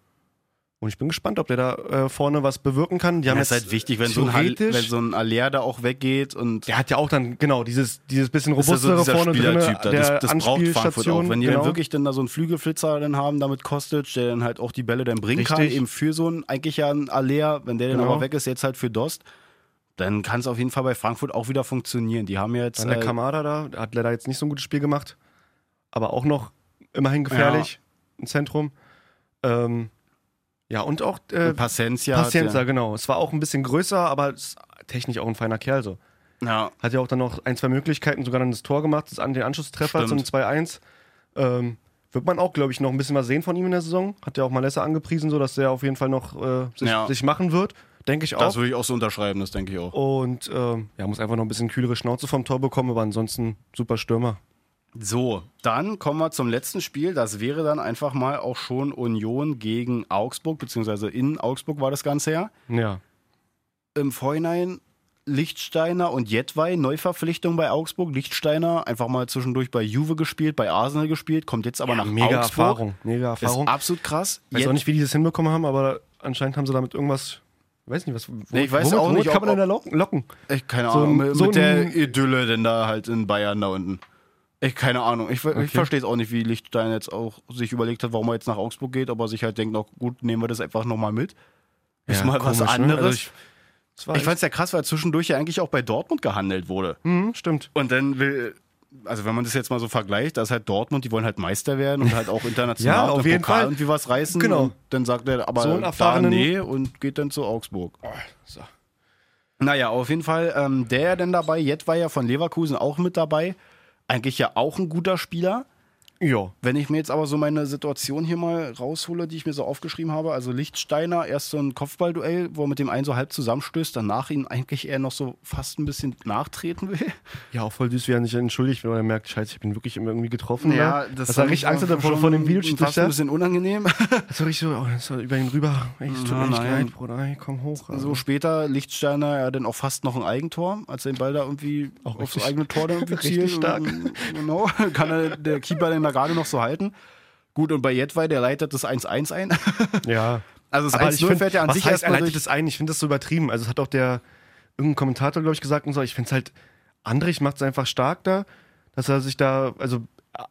Speaker 3: Und ich bin gespannt, ob der da äh, vorne was bewirken kann. Die haben
Speaker 1: Ja, ist
Speaker 3: jetzt
Speaker 1: halt wichtig, wenn so ein, Hall-
Speaker 3: theoretisch-
Speaker 1: wenn so ein Aller da auch weggeht und
Speaker 3: der hat ja auch dann, genau, dieses, dieses bisschen
Speaker 1: ist ja so
Speaker 3: robustere
Speaker 1: dieser
Speaker 3: vorne drin.
Speaker 1: Spielertyp da. Das,
Speaker 3: Der
Speaker 1: das braucht Frankfurt auch.
Speaker 3: Anspielstation,
Speaker 1: Wenn die
Speaker 3: genau.
Speaker 1: dann wirklich dann da so einen Flügelflitzer dann haben, damit Kostic, der dann halt auch die Bälle dann bringen kann,
Speaker 3: Richtig.
Speaker 1: eben für so einen eigentlich ja einen Alea, wenn der dann
Speaker 3: Genau.
Speaker 1: aber weg ist, jetzt halt für Dost, dann kann es auf jeden Fall bei Frankfurt auch wieder funktionieren. Die haben ja jetzt
Speaker 3: Dann der
Speaker 1: äh,
Speaker 3: Kamada da, der hat leider jetzt nicht so ein gutes Spiel gemacht. Aber auch noch immerhin gefährlich im Zentrum. Ähm, ja, und auch äh,
Speaker 1: Paciencia. hat
Speaker 3: Pacienza,
Speaker 1: ja,
Speaker 3: genau. Es war auch ein bisschen größer, aber ist technisch auch ein feiner Kerl so.
Speaker 1: ja,
Speaker 3: Hat ja auch dann noch ein, zwei Möglichkeiten sogar dann das Tor gemacht, das an den Anschlusstreffer
Speaker 1: Stimmt.
Speaker 3: zum 2-1. Ähm, wird man auch, glaube ich, noch ein bisschen was sehen von ihm in der Saison. Hat ja auch Malessa angepriesen, so dass der auf jeden Fall noch äh, sich,
Speaker 1: Ja.
Speaker 3: sich machen wird. Denke ich
Speaker 1: das
Speaker 3: auch.
Speaker 1: würde ich auch so unterschreiben, das denke ich auch.
Speaker 3: Und ähm, ja, muss einfach noch ein bisschen kühlere Schnauze vom Tor bekommen, aber ansonsten super Stürmer.
Speaker 1: So, dann kommen wir zum letzten Spiel. Das wäre dann einfach mal auch schon Union gegen Augsburg, beziehungsweise in Augsburg war das Ganze ja.
Speaker 3: Ja.
Speaker 1: im Vorhinein Lichtsteiner und Jedwai, Neuverpflichtung bei Augsburg. Lichtsteiner einfach mal zwischendurch bei Juve gespielt, bei Arsenal gespielt, kommt jetzt aber nach
Speaker 3: Mega
Speaker 1: Augsburg.
Speaker 3: Erfahrung. Mega
Speaker 1: Ist
Speaker 3: Erfahrung.
Speaker 1: absolut krass.
Speaker 3: Weiß
Speaker 1: Jed-
Speaker 3: auch nicht, wie die das hinbekommen haben, aber anscheinend haben sie damit irgendwas. Ich weiß nicht, was. Wo,
Speaker 1: Nee, ich weiß auch
Speaker 3: womit
Speaker 1: nicht,
Speaker 3: kann man
Speaker 1: ob-
Speaker 3: denn da locken? locken?
Speaker 1: ich, keine
Speaker 3: so ein-
Speaker 1: Ahnung, mit,
Speaker 3: so
Speaker 1: mit
Speaker 3: ein-
Speaker 1: der Idylle denn da halt in Bayern da unten. Ich keine Ahnung. Ich, ver- ich verstehe es auch nicht, wie Lichtsteiner jetzt auch sich überlegt hat, warum er jetzt nach Augsburg geht, aber sich halt denkt, na gut, nehmen wir das einfach nochmal mit. Ist
Speaker 3: Ja,
Speaker 1: mal was
Speaker 3: komisch, ne?
Speaker 1: anderes.
Speaker 3: Also
Speaker 1: ich
Speaker 3: ich- Das war
Speaker 1: ich fand es ja krass, weil zwischendurch ja eigentlich auch bei Dortmund gehandelt wurde.
Speaker 3: Mhm, stimmt.
Speaker 1: Und dann will, also wenn man das jetzt mal so vergleicht, dass halt Dortmund, die wollen halt Meister werden und halt auch international
Speaker 3: Ja, auf
Speaker 1: und
Speaker 3: jeden
Speaker 1: Pokal
Speaker 3: Fall.
Speaker 1: irgendwie was reißen.
Speaker 3: Genau.
Speaker 1: Und dann sagt er aber
Speaker 3: So einen
Speaker 1: da
Speaker 3: erfahrenen-
Speaker 1: nee und geht dann zu Augsburg.
Speaker 3: So.
Speaker 1: Naja, auf jeden Fall, ähm, der denn dabei, Jett war ja von Leverkusen auch mit dabei. Eigentlich ja auch ein guter Spieler.
Speaker 3: Ja.
Speaker 1: Wenn ich mir jetzt aber so meine Situation hier mal raushole, die ich mir so aufgeschrieben habe, also Lichtsteiner, erst so ein Kopfballduell, wo er mit dem einen so halb zusammenstößt, danach ihn eigentlich eher noch so fast ein bisschen nachtreten will.
Speaker 3: Ja, auch voll süß, wie er sich entschuldigt, wenn er merkt, scheiße, ich bin wirklich immer irgendwie getroffen.
Speaker 1: Ja,
Speaker 3: ne?
Speaker 1: das
Speaker 3: Dass er
Speaker 1: war
Speaker 3: richtig Angst hatte vor,
Speaker 1: schon
Speaker 3: vor dem
Speaker 1: fast ein
Speaker 3: Videoschiedsrichter.
Speaker 1: bisschen unangenehm.
Speaker 3: So richtig so, oh, so über ihn rüber. Ey, es tut
Speaker 1: Ja,
Speaker 3: mir nicht
Speaker 1: nein.
Speaker 3: leid, Bruder, ey, komm hoch. Alter.
Speaker 1: so später Lichtsteiner ja dann auch fast noch ein Eigentor, als er den Ball da irgendwie
Speaker 3: Auch
Speaker 1: aufs
Speaker 3: richtig-
Speaker 1: eigene Tor da irgendwie
Speaker 3: richtig
Speaker 1: zielt.
Speaker 3: stark.
Speaker 1: Genau, kann er, der Keeper den da gerade noch so halten. Gut, und bei Jedwai, der leitet das 1-1 ein.
Speaker 3: ja.
Speaker 1: Also das
Speaker 3: Aber ich
Speaker 1: 1-0
Speaker 3: find,
Speaker 1: fällt ja an
Speaker 3: was
Speaker 1: sich
Speaker 3: heißt, er
Speaker 1: erstmal
Speaker 3: leitet
Speaker 1: durch.
Speaker 3: das ein? Ich finde das so übertrieben. Also es hat auch der irgendein Kommentator, glaube ich, gesagt und so, ich finde es halt, Andrich macht es einfach stark da, dass er sich da, also äh,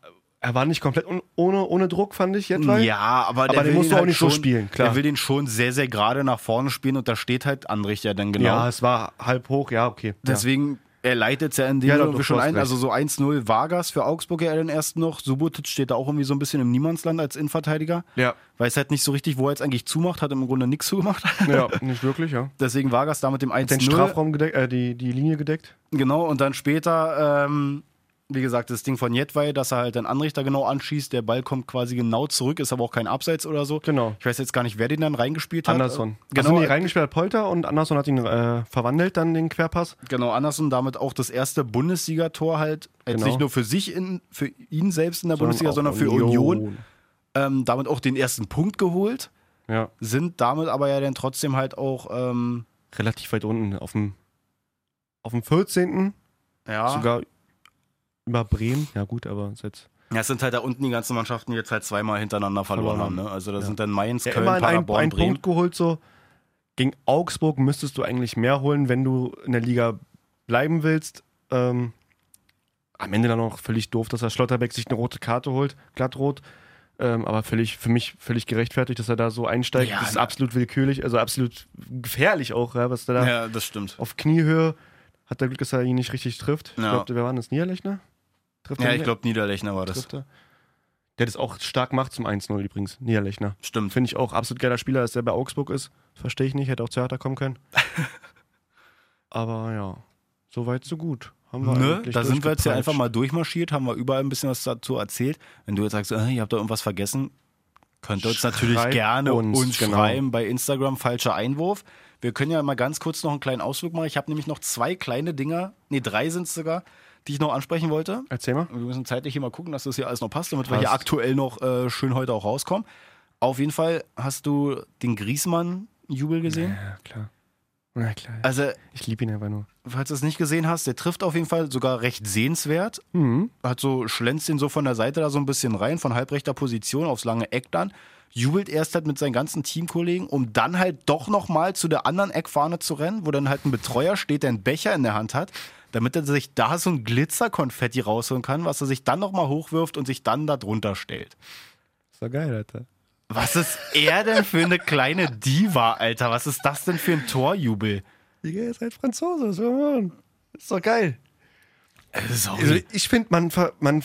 Speaker 3: er war nicht komplett un, ohne, ohne Druck, fand ich jetzt.
Speaker 1: Ja, aber,
Speaker 3: Aber
Speaker 1: der
Speaker 3: den
Speaker 1: will
Speaker 3: musst
Speaker 1: ihn
Speaker 3: du auch
Speaker 1: halt
Speaker 3: nicht so
Speaker 1: schon,
Speaker 3: spielen, klar.
Speaker 1: Der will den schon sehr, sehr gerade nach vorne spielen und da steht halt Andrich ja dann genau.
Speaker 3: ja, es war halb hoch, ja, okay.
Speaker 1: Deswegen Er leitet ja in dem
Speaker 3: Ja,
Speaker 1: Sinne
Speaker 3: doch,
Speaker 1: irgendwie
Speaker 3: du
Speaker 1: schon
Speaker 3: hast
Speaker 1: ein.
Speaker 3: recht.
Speaker 1: Also so 1-0 Vargas für Augsburg ja dann erst noch. Subotic steht da auch irgendwie so ein bisschen im Niemandsland als Innenverteidiger.
Speaker 3: Ja.
Speaker 1: Weiß halt nicht so richtig, wo er jetzt eigentlich zumacht, hat im Grunde nichts zugemacht.
Speaker 3: Ja, nicht wirklich, ja.
Speaker 1: Deswegen Vargas da mit dem 1-0.
Speaker 3: Den Strafraum gedeckt, äh, die, die Linie gedeckt.
Speaker 1: Genau, und dann später, ähm, wie gesagt, das Ding von Jedwai, dass er halt den Anrichter genau anschießt. Der Ball kommt quasi genau zurück, ist aber auch kein Abseits oder so.
Speaker 3: Genau.
Speaker 1: Ich weiß jetzt gar nicht, wer den dann reingespielt hat.
Speaker 3: Anderson.
Speaker 1: Genau,
Speaker 3: Also, nee, reingespielt hat Polter und Anderson hat ihn äh, verwandelt, dann den Querpass.
Speaker 1: Genau, Anderson damit auch das erste Bundesligator halt, jetzt
Speaker 3: Genau.
Speaker 1: nicht nur für sich, in, für ihn selbst in der Bundesliga,
Speaker 3: auch
Speaker 1: sondern für Union. Ähm, damit auch den ersten Punkt geholt,
Speaker 3: Ja.
Speaker 1: sind damit aber ja dann trotzdem halt auch, ähm,
Speaker 3: Relativ weit unten, auf dem, auf dem 14.
Speaker 1: ja,
Speaker 3: Sogar über Bremen. Ja, gut, aber ist jetzt.
Speaker 1: ja, es sind halt da unten die ganzen Mannschaften, die jetzt halt zweimal hintereinander verloren,
Speaker 3: Verloren
Speaker 1: haben. Ne? Also da
Speaker 3: Ja.
Speaker 1: sind dann Mainz,
Speaker 3: Ja,
Speaker 1: Köln,
Speaker 3: immerhin einen,
Speaker 1: Paderborn,
Speaker 3: einen
Speaker 1: Bremen.
Speaker 3: Punkt geholt, so. Gegen Augsburg müsstest du eigentlich mehr holen, wenn du in der Liga bleiben willst. Ähm, am Ende dann auch völlig doof, dass er Schlotterbeck sich eine rote Karte holt, glattrot. Ähm, aber völlig, für mich völlig gerechtfertigt, dass er da so einsteigt.
Speaker 1: Ja,
Speaker 3: das ist
Speaker 1: na-
Speaker 3: absolut willkürlich, also absolut gefährlich auch, ja, was der da
Speaker 1: Ja, das stimmt.
Speaker 3: auf Kniehöhe hat der Glück, dass er ihn nicht richtig trifft.
Speaker 1: Ja.
Speaker 3: Ich glaube, wer war denn das? Niederlechner? Trifft
Speaker 1: Ja,
Speaker 3: er
Speaker 1: ich
Speaker 3: Nieder-
Speaker 1: glaube, Niederlechner war das.
Speaker 3: trifft er? Der das auch stark macht zum 1-0 übrigens, Niederlechner.
Speaker 1: Stimmt.
Speaker 3: Finde ich auch absolut geiler Spieler, dass der bei Augsburg ist. Verstehe ich nicht, hätte auch zu Hertha kommen können. Aber ja, soweit so gut. Haben wir
Speaker 1: Ne?
Speaker 3: eigentlich
Speaker 1: Da sind wir jetzt ja
Speaker 3: durchgepeitscht.
Speaker 1: einfach mal durchmarschiert, haben wir überall ein bisschen was dazu erzählt. Wenn du jetzt sagst, äh, ihr habt da irgendwas vergessen, könnt ihr uns natürlich
Speaker 3: Schreibt
Speaker 1: gerne uns,
Speaker 3: uns, genau.
Speaker 1: schreiben bei Instagram, falscher Einwurf. Wir können ja mal ganz kurz noch einen kleinen Ausflug machen. Ich habe nämlich noch zwei kleine Dinger, nee, drei sind es sogar, die ich noch ansprechen wollte.
Speaker 3: Erzähl mal.
Speaker 1: Wir müssen zeitlich hier mal gucken, dass das hier alles noch passt, damit wir
Speaker 3: Passt.
Speaker 1: hier aktuell noch äh, schön heute auch rauskommen. Auf jeden Fall hast du den Griesmann-Jubel gesehen.
Speaker 3: Ja, klar. Na klar.
Speaker 1: Also,
Speaker 3: Äh, Ich liebe ihn einfach nur.
Speaker 1: falls du es nicht gesehen hast, der trifft auf jeden Fall sogar recht sehenswert
Speaker 3: Mhm.
Speaker 1: hat so, schlänzt ihn so von der Seite da so ein bisschen rein, von halbrechter Position aufs lange Eck dann, jubelt erst halt mit seinen ganzen Teamkollegen, um dann halt doch nochmal zu der anderen Eckfahne zu rennen, wo dann halt ein Betreuer steht, der einen Becher in der Hand hat, damit er sich da so ein Glitzerkonfetti rausholen kann, was er sich dann nochmal hochwirft und sich dann da drunter stellt.
Speaker 3: Ist doch geil, Alter.
Speaker 1: Was ist er denn für eine kleine Diva, Alter? Was ist das denn für ein Torjubel?
Speaker 3: Digga, ihr
Speaker 1: halt
Speaker 3: seid Franzose, was will man machen? Ist doch geil. Also
Speaker 1: Sorry.
Speaker 3: ich finde, man, ver, man,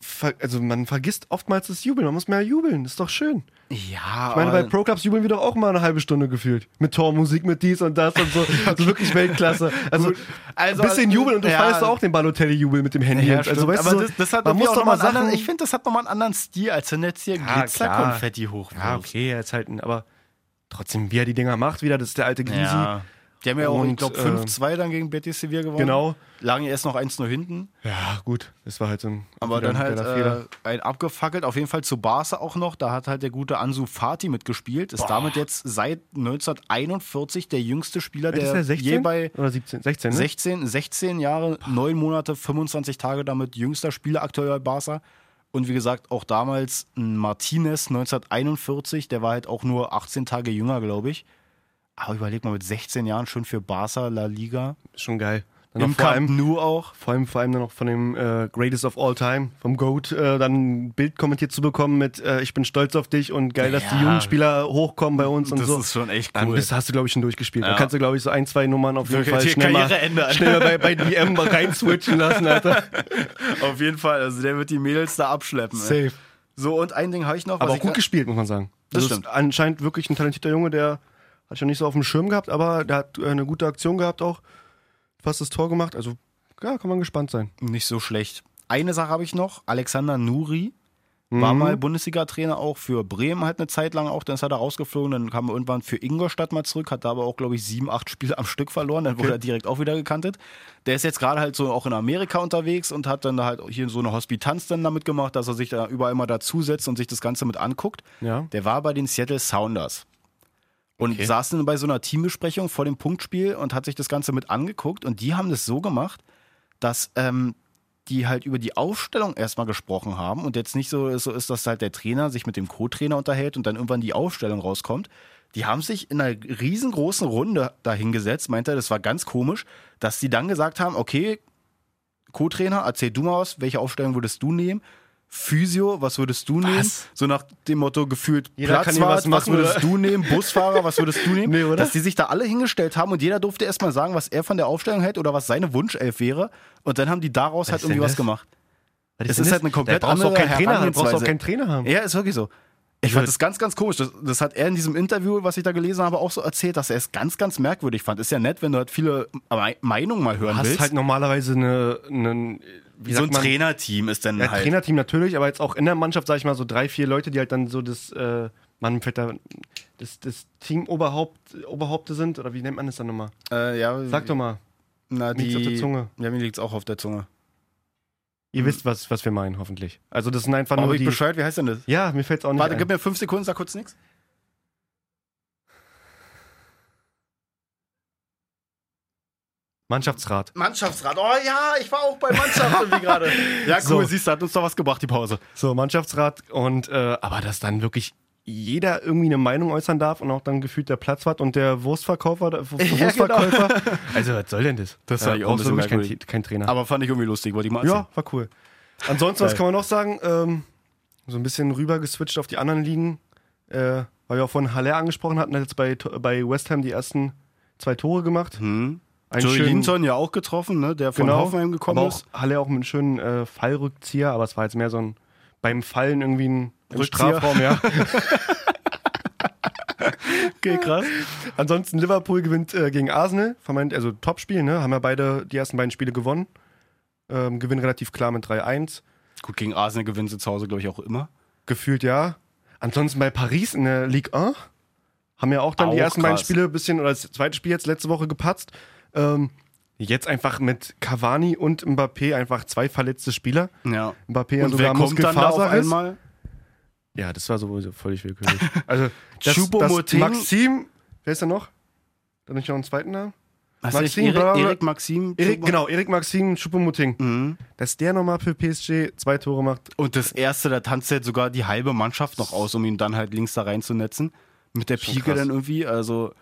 Speaker 3: ver, also man vergisst oftmals das Jubeln. Man muss mehr jubeln. Ist doch schön.
Speaker 1: Ja,
Speaker 3: Ich meine, bei
Speaker 1: aber-
Speaker 3: Pro Clubs jubeln wir doch auch mal eine halbe Stunde gefühlt. Mit Tormusik, mit dies und das und so. Also wirklich Weltklasse. Also,
Speaker 1: Also,
Speaker 3: ein bisschen jubeln und du
Speaker 1: ja.
Speaker 3: feierst auch den Balotelli-Jubel mit dem Handy.
Speaker 1: Ja,
Speaker 3: Und- also,
Speaker 1: stimmt.
Speaker 3: weißt du,
Speaker 1: aber
Speaker 3: so,
Speaker 1: das, das hat
Speaker 3: man muss doch mal Sachen.
Speaker 1: Anderen, ich finde, das hat nochmal einen anderen Stil, als wenn jetzt hier
Speaker 3: Ja,
Speaker 1: Glitzerkonfetti hochwirft.
Speaker 3: ja, okay, jetzt halt, ein- aber trotzdem, wie er die Dinger macht wieder, das ist der alte Gysi.
Speaker 1: Ja. Die haben ja auch, ich
Speaker 3: Und,
Speaker 1: glaube,
Speaker 3: äh,
Speaker 1: 5-2 dann gegen Betis Sevilla gewonnen.
Speaker 3: Genau.
Speaker 1: Lagen erst noch 1 nur hinten,
Speaker 3: Ja, gut, das war halt so ein.
Speaker 1: aber
Speaker 3: wieder
Speaker 1: dann
Speaker 3: ein
Speaker 1: halt
Speaker 3: geiler Fehler.
Speaker 1: äh, ein abgefackelt. Auf jeden Fall zu Barca auch noch. Da hat halt der gute Ansu Fati mitgespielt. Ist damit jetzt seit 1941 der jüngste Spieler,
Speaker 3: ist
Speaker 1: der,
Speaker 3: der 16
Speaker 1: je bei
Speaker 3: oder 17?
Speaker 1: Hm?
Speaker 3: 16, ne?
Speaker 1: 16, 16 Jahre, 9 Monate, 25 Tage damit jüngster Spieler aktuell bei Barca. Und wie gesagt, auch damals ein Martinez 1941, der war halt auch nur 18 Tage jünger, glaube ich. Aber überleg mal, mit 16 Jahren schon für Barca, La Liga.
Speaker 3: Schon geil. Dann
Speaker 1: Im
Speaker 3: noch vor
Speaker 1: Camp
Speaker 3: allem,
Speaker 1: Nou auch.
Speaker 3: vor allem, vor allem dann noch von dem äh, Greatest of All Time, vom GOAT, äh, dann ein Bild kommentiert zu bekommen mit äh, Ich bin stolz auf dich und geil, dass
Speaker 1: Ja.
Speaker 3: die jungen Spieler hochkommen bei uns und
Speaker 1: Das
Speaker 3: so.
Speaker 1: ist schon echt
Speaker 3: Dann
Speaker 1: cool.
Speaker 3: bist, hast du, glaube ich, schon durchgespielt.
Speaker 1: Ja.
Speaker 3: Dann kannst du, glaube ich, so ein, zwei Nummern auf jeden
Speaker 1: Wirklich,
Speaker 3: Fall
Speaker 1: hier
Speaker 3: schnell mal,
Speaker 1: Karriere ändern.
Speaker 3: schnell mal bei, bei DM mal reinswitchen lassen, Alter.
Speaker 1: Auf jeden Fall, also der wird die Mädels da abschleppen. ey.
Speaker 3: Safe.
Speaker 1: So, und ein Ding habe ich noch.
Speaker 3: Aber
Speaker 1: was
Speaker 3: auch
Speaker 1: ich
Speaker 3: gut
Speaker 1: gra-
Speaker 3: gespielt, muss man sagen.
Speaker 1: Das
Speaker 3: ist
Speaker 1: stimmt.
Speaker 3: Anscheinend wirklich ein talentierter Junge, der hat ich noch nicht so auf dem Schirm gehabt, aber der hat äh, eine gute Aktion gehabt auch. Fast das Tor gemacht. Also, ja, kann man gespannt sein.
Speaker 1: Nicht so schlecht. Eine Sache habe ich noch. Alexander Nuri war mal Bundesliga-Trainer auch für Bremen halt eine Zeit lang auch. Dann ist er da rausgeflogen. Dann kam er irgendwann für Ingolstadt mal zurück. Hat da aber auch, glaube ich, sieben, acht Spiele am Stück verloren. Dann wurde er direkt auch wieder gekantet. Der ist jetzt gerade halt so auch in Amerika unterwegs und hat dann da halt hier so eine Hospitanz dann damit gemacht, dass er sich da überall mal dazusetzt und sich das Ganze mit anguckt.
Speaker 3: Ja.
Speaker 1: Der war bei den Seattle Sounders. Und saß dann bei so einer Teambesprechung vor dem Punktspiel und hat sich das Ganze mit angeguckt. Und die haben das so gemacht, dass ähm, die halt über die Aufstellung erstmal gesprochen haben und jetzt nicht so, so ist, dass halt der Trainer sich mit dem Co-Trainer unterhält und dann irgendwann die Aufstellung rauskommt. Die haben sich in einer riesengroßen Runde dahingesetzt, meinte er, das war ganz komisch, dass die dann gesagt haben, okay, Co-Trainer, erzähl du mal was, welche Aufstellung würdest du nehmen? Physio, was würdest du nehmen? So nach dem Motto gefühlt
Speaker 3: Jeder kann hier
Speaker 1: Platzwart,
Speaker 3: was
Speaker 1: was,
Speaker 3: machen,
Speaker 1: würdest
Speaker 3: oder?
Speaker 1: du nehmen? Busfahrer, was würdest du nehmen?
Speaker 3: Nee, oder?
Speaker 1: Dass die sich da alle hingestellt haben und jeder durfte erstmal sagen, was er von der Aufstellung hält oder was seine Wunschelf wäre. Und dann haben die daraus halt
Speaker 3: ist
Speaker 1: irgendwie
Speaker 3: denn
Speaker 1: was
Speaker 3: das?
Speaker 1: gemacht.
Speaker 3: Was
Speaker 1: Es
Speaker 3: denn
Speaker 1: ist
Speaker 3: das?
Speaker 1: halt eine komplett
Speaker 3: Da brauchst du auch
Speaker 1: andere
Speaker 3: keinen Trainer, da brauchst du auch
Speaker 1: Herangehensweise.
Speaker 3: keinen Trainer haben.
Speaker 1: Ja, ist wirklich so. Ich fand das ganz, ganz komisch. Das, das hat er in diesem Interview, was ich da gelesen habe, auch so erzählt, dass er es ganz, ganz merkwürdig fand. Ist ja nett, wenn du halt viele Me- Meinungen mal hören
Speaker 3: Du hast
Speaker 1: willst.
Speaker 3: halt normalerweise eine, einen, wie
Speaker 1: so
Speaker 3: sagt
Speaker 1: ein
Speaker 3: man?
Speaker 1: Trainerteam ist dann
Speaker 3: Ja,
Speaker 1: halt.
Speaker 3: Trainerteam natürlich, aber jetzt auch in der Mannschaft, sage ich mal, so drei, vier Leute, die halt dann so das, äh, man fällt da, das, das Teamoberhaupt Oberhaupte sind, oder wie nennt man das dann nochmal?
Speaker 1: Äh, ja,
Speaker 3: Sag doch mal,
Speaker 1: na,
Speaker 3: mir liegt's auf der Zunge.
Speaker 1: Ja, mir liegt es auch auf der Zunge.
Speaker 3: ihr wisst, was, was wir meinen, hoffentlich. Also das sind einfach
Speaker 1: Hm. Aber
Speaker 3: nur
Speaker 1: ich
Speaker 3: die...
Speaker 1: Bescheid, wie heißt denn das?
Speaker 3: Ja, mir fällt's auch nicht
Speaker 1: Warte,
Speaker 3: ein.
Speaker 1: gib mir fünf Sekunden, sag kurz nichts.
Speaker 3: Mannschaftsrat.
Speaker 1: Mannschaftsrat. Oh ja, ich war auch bei Mannschaft irgendwie gerade. Ja, cool,
Speaker 3: So.
Speaker 1: siehst du, hat uns doch was gebracht, die Pause.
Speaker 3: So, Mannschaftsrat und, äh, aber dass dann wirklich jeder irgendwie eine Meinung äußern darf und auch dann gefühlt der Platzwart und der Wurstverkäufer, der Wurst-
Speaker 1: Ja, genau.
Speaker 3: Wurstverkäufer. Also, was soll denn das?
Speaker 1: Das
Speaker 3: Da
Speaker 1: fand ich auch ein
Speaker 3: brauchst du
Speaker 1: bisschen
Speaker 3: wirklich kein,
Speaker 1: merkwürdig.
Speaker 3: kein Trainer.
Speaker 1: Aber fand ich irgendwie lustig, wollte ich mal erzählen.
Speaker 3: Ja, war cool. Ansonsten, was
Speaker 1: Geil.
Speaker 3: kann man noch sagen? Ähm, so ein bisschen rüber geswitcht auf die anderen Ligen, äh, weil wir auch von Haller angesprochen hatten, hat jetzt bei, To- bei West Ham die ersten zwei Tore gemacht.
Speaker 1: Hm.
Speaker 3: Einen
Speaker 1: Joey
Speaker 3: schönen- genau.
Speaker 1: Linton ja auch getroffen, ne, der von Hoffenheim gekommen
Speaker 3: aber
Speaker 1: ist.
Speaker 3: Auch Haller auch mit einem schönen äh, Fallrückzieher, aber es war jetzt mehr so ein beim Fallen irgendwie ein im
Speaker 1: Rückzieher.
Speaker 3: Strafraum, ja.
Speaker 1: Okay, krass.
Speaker 3: Ansonsten Liverpool gewinnt äh, gegen Arsenal, vermeint, also Topspiel, ne? Haben ja beide die ersten beiden Spiele gewonnen. Ähm, gewinnen relativ klar mit 3-1.
Speaker 1: Gut, gegen Arsenal gewinnen sie zu Hause, glaube ich, auch immer.
Speaker 3: Gefühlt ja. Ansonsten bei Paris in der Ligue 1 haben ja auch dann die
Speaker 1: Auch
Speaker 3: ersten beiden
Speaker 1: krass.
Speaker 3: Spiele ein bisschen, oder das zweite Spiel jetzt letzte Woche gepatzt. Ähm, jetzt einfach mit Cavani und Mbappé einfach zwei verletzte Spieler.
Speaker 1: Ja.
Speaker 3: Mbappé ja
Speaker 1: Und
Speaker 3: sogar
Speaker 1: wer kommt dann da auf
Speaker 3: Muskelfaserriss.
Speaker 1: einmal?
Speaker 3: Ja, das war sowieso völlig willkürlich. Also, das, das
Speaker 1: Choupo-Moting-
Speaker 3: Maxim, wer ist da noch? Dann nicht noch einen zweiten Namen?
Speaker 1: Hast du nicht
Speaker 3: Maxim, bla, bla, bla.
Speaker 1: Erik Maxim. Mhm.
Speaker 3: Erik, genau, Erik Maxim Choupo-Moting. Dass der nochmal für PSG zwei Tore macht.
Speaker 1: Und das erste, da tanzt halt sogar die halbe Mannschaft noch aus, um ihn dann halt links da reinzunetzen. Mit der Pike
Speaker 3: krass.
Speaker 1: dann irgendwie. Also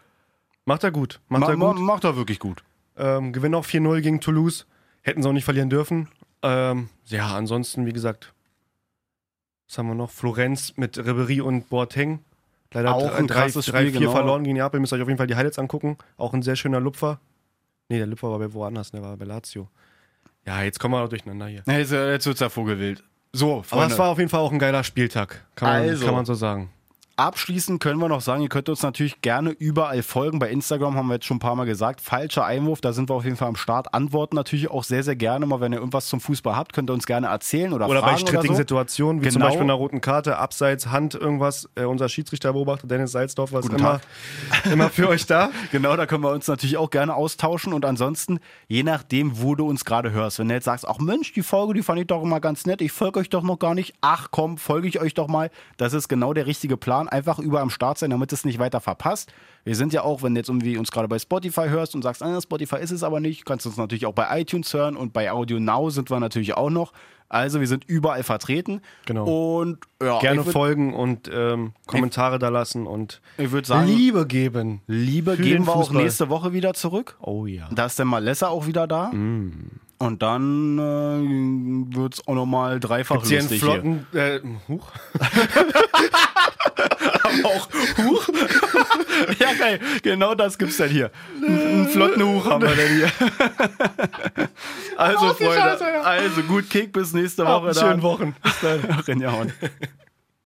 Speaker 3: Macht er gut. Macht
Speaker 1: ma-
Speaker 3: er
Speaker 1: ma-
Speaker 3: gut.
Speaker 1: macht er wirklich gut.
Speaker 3: Ähm, gewinnen auch 4-0 gegen Toulouse. Hätten sie auch nicht verlieren dürfen. Ähm, ja, ansonsten, wie gesagt, was haben wir noch? Florenz mit Ribery und Boateng. Leider
Speaker 1: Auch
Speaker 3: drei-
Speaker 1: ein
Speaker 3: drei,
Speaker 1: krasses
Speaker 3: drei,
Speaker 1: Spiel,
Speaker 3: vier
Speaker 1: genau.
Speaker 3: verloren gegen Neapel. Müsst ihr euch auf jeden Fall die Highlights angucken. Auch ein sehr schöner Lupfer. Nee, der Lupfer war bei woanders, der war bei Lazio. Ja, jetzt kommen wir doch durcheinander hier.
Speaker 1: Na, Jetzt, jetzt wird's ja Vogelwild. So, Freunde.
Speaker 3: Aber es war auf jeden Fall auch ein geiler Spieltag. Kann man,
Speaker 1: Also.
Speaker 3: kann man so sagen.
Speaker 1: Abschließend können wir noch sagen, ihr könnt uns natürlich gerne überall folgen. Bei Instagram haben wir jetzt schon ein paar Mal gesagt. Falscher Einwurf, da sind wir auf jeden Fall am Start. Antworten natürlich auch sehr, sehr gerne. Mal, wenn ihr irgendwas zum Fußball habt, könnt ihr uns gerne erzählen oder,
Speaker 3: Oder bei
Speaker 1: fragen
Speaker 3: strittigen
Speaker 1: oder so.
Speaker 3: Situationen, wie zum
Speaker 1: Genau.
Speaker 3: Beispiel einer roten Karte, Abseits, Hand, irgendwas. Äh, unser Schiedsrichterbeobachter Dennis Salzdorf war
Speaker 1: Guten
Speaker 3: immer, immer für euch da.
Speaker 1: Genau, da können wir uns natürlich auch gerne austauschen. Und ansonsten, je nachdem, wo du uns gerade hörst. Wenn du jetzt sagst, ach Mensch, die Folge, die fand ich doch immer ganz nett, ich folge euch doch noch gar nicht. Ach komm, folge ich euch doch mal. Das ist genau der richtige Plan. Einfach über am Start sein, damit es nicht weiter verpasst. Wir sind ja auch, wenn du jetzt irgendwie uns gerade bei Spotify hörst und sagst, ah, Spotify ist es aber nicht, kannst du uns natürlich auch bei iTunes hören und bei Audio Now sind wir natürlich auch noch. Also wir sind überall vertreten.
Speaker 3: Genau.
Speaker 1: Und ja,
Speaker 3: Gerne
Speaker 1: ich würd-
Speaker 3: folgen und ähm, Kommentare da lassen und
Speaker 1: ich würd sagen-
Speaker 3: Liebe geben.
Speaker 1: Liebe
Speaker 3: für
Speaker 1: geben
Speaker 3: den
Speaker 1: wir auch
Speaker 3: Fußball.
Speaker 1: nächste Woche wieder zurück.
Speaker 3: Oh ja.
Speaker 1: Da ist der Malessa auch wieder da.
Speaker 3: Mm.
Speaker 1: Und dann äh, wird es auch nochmal dreifach
Speaker 3: Gibt's hier einen
Speaker 1: lustig
Speaker 3: flotten, äh, huch.
Speaker 1: hier. Auch Huch? ja, geil. Genau das gibt's dann hier. Einen flotten Huch haben wir dann hier. also,
Speaker 3: Auf die
Speaker 1: Freunde.
Speaker 3: Scheiße, ja.
Speaker 1: Also, gut Kick bis nächste Woche.
Speaker 3: Habt einen schönen Wochen.
Speaker 1: Bis dann. Reinjauen.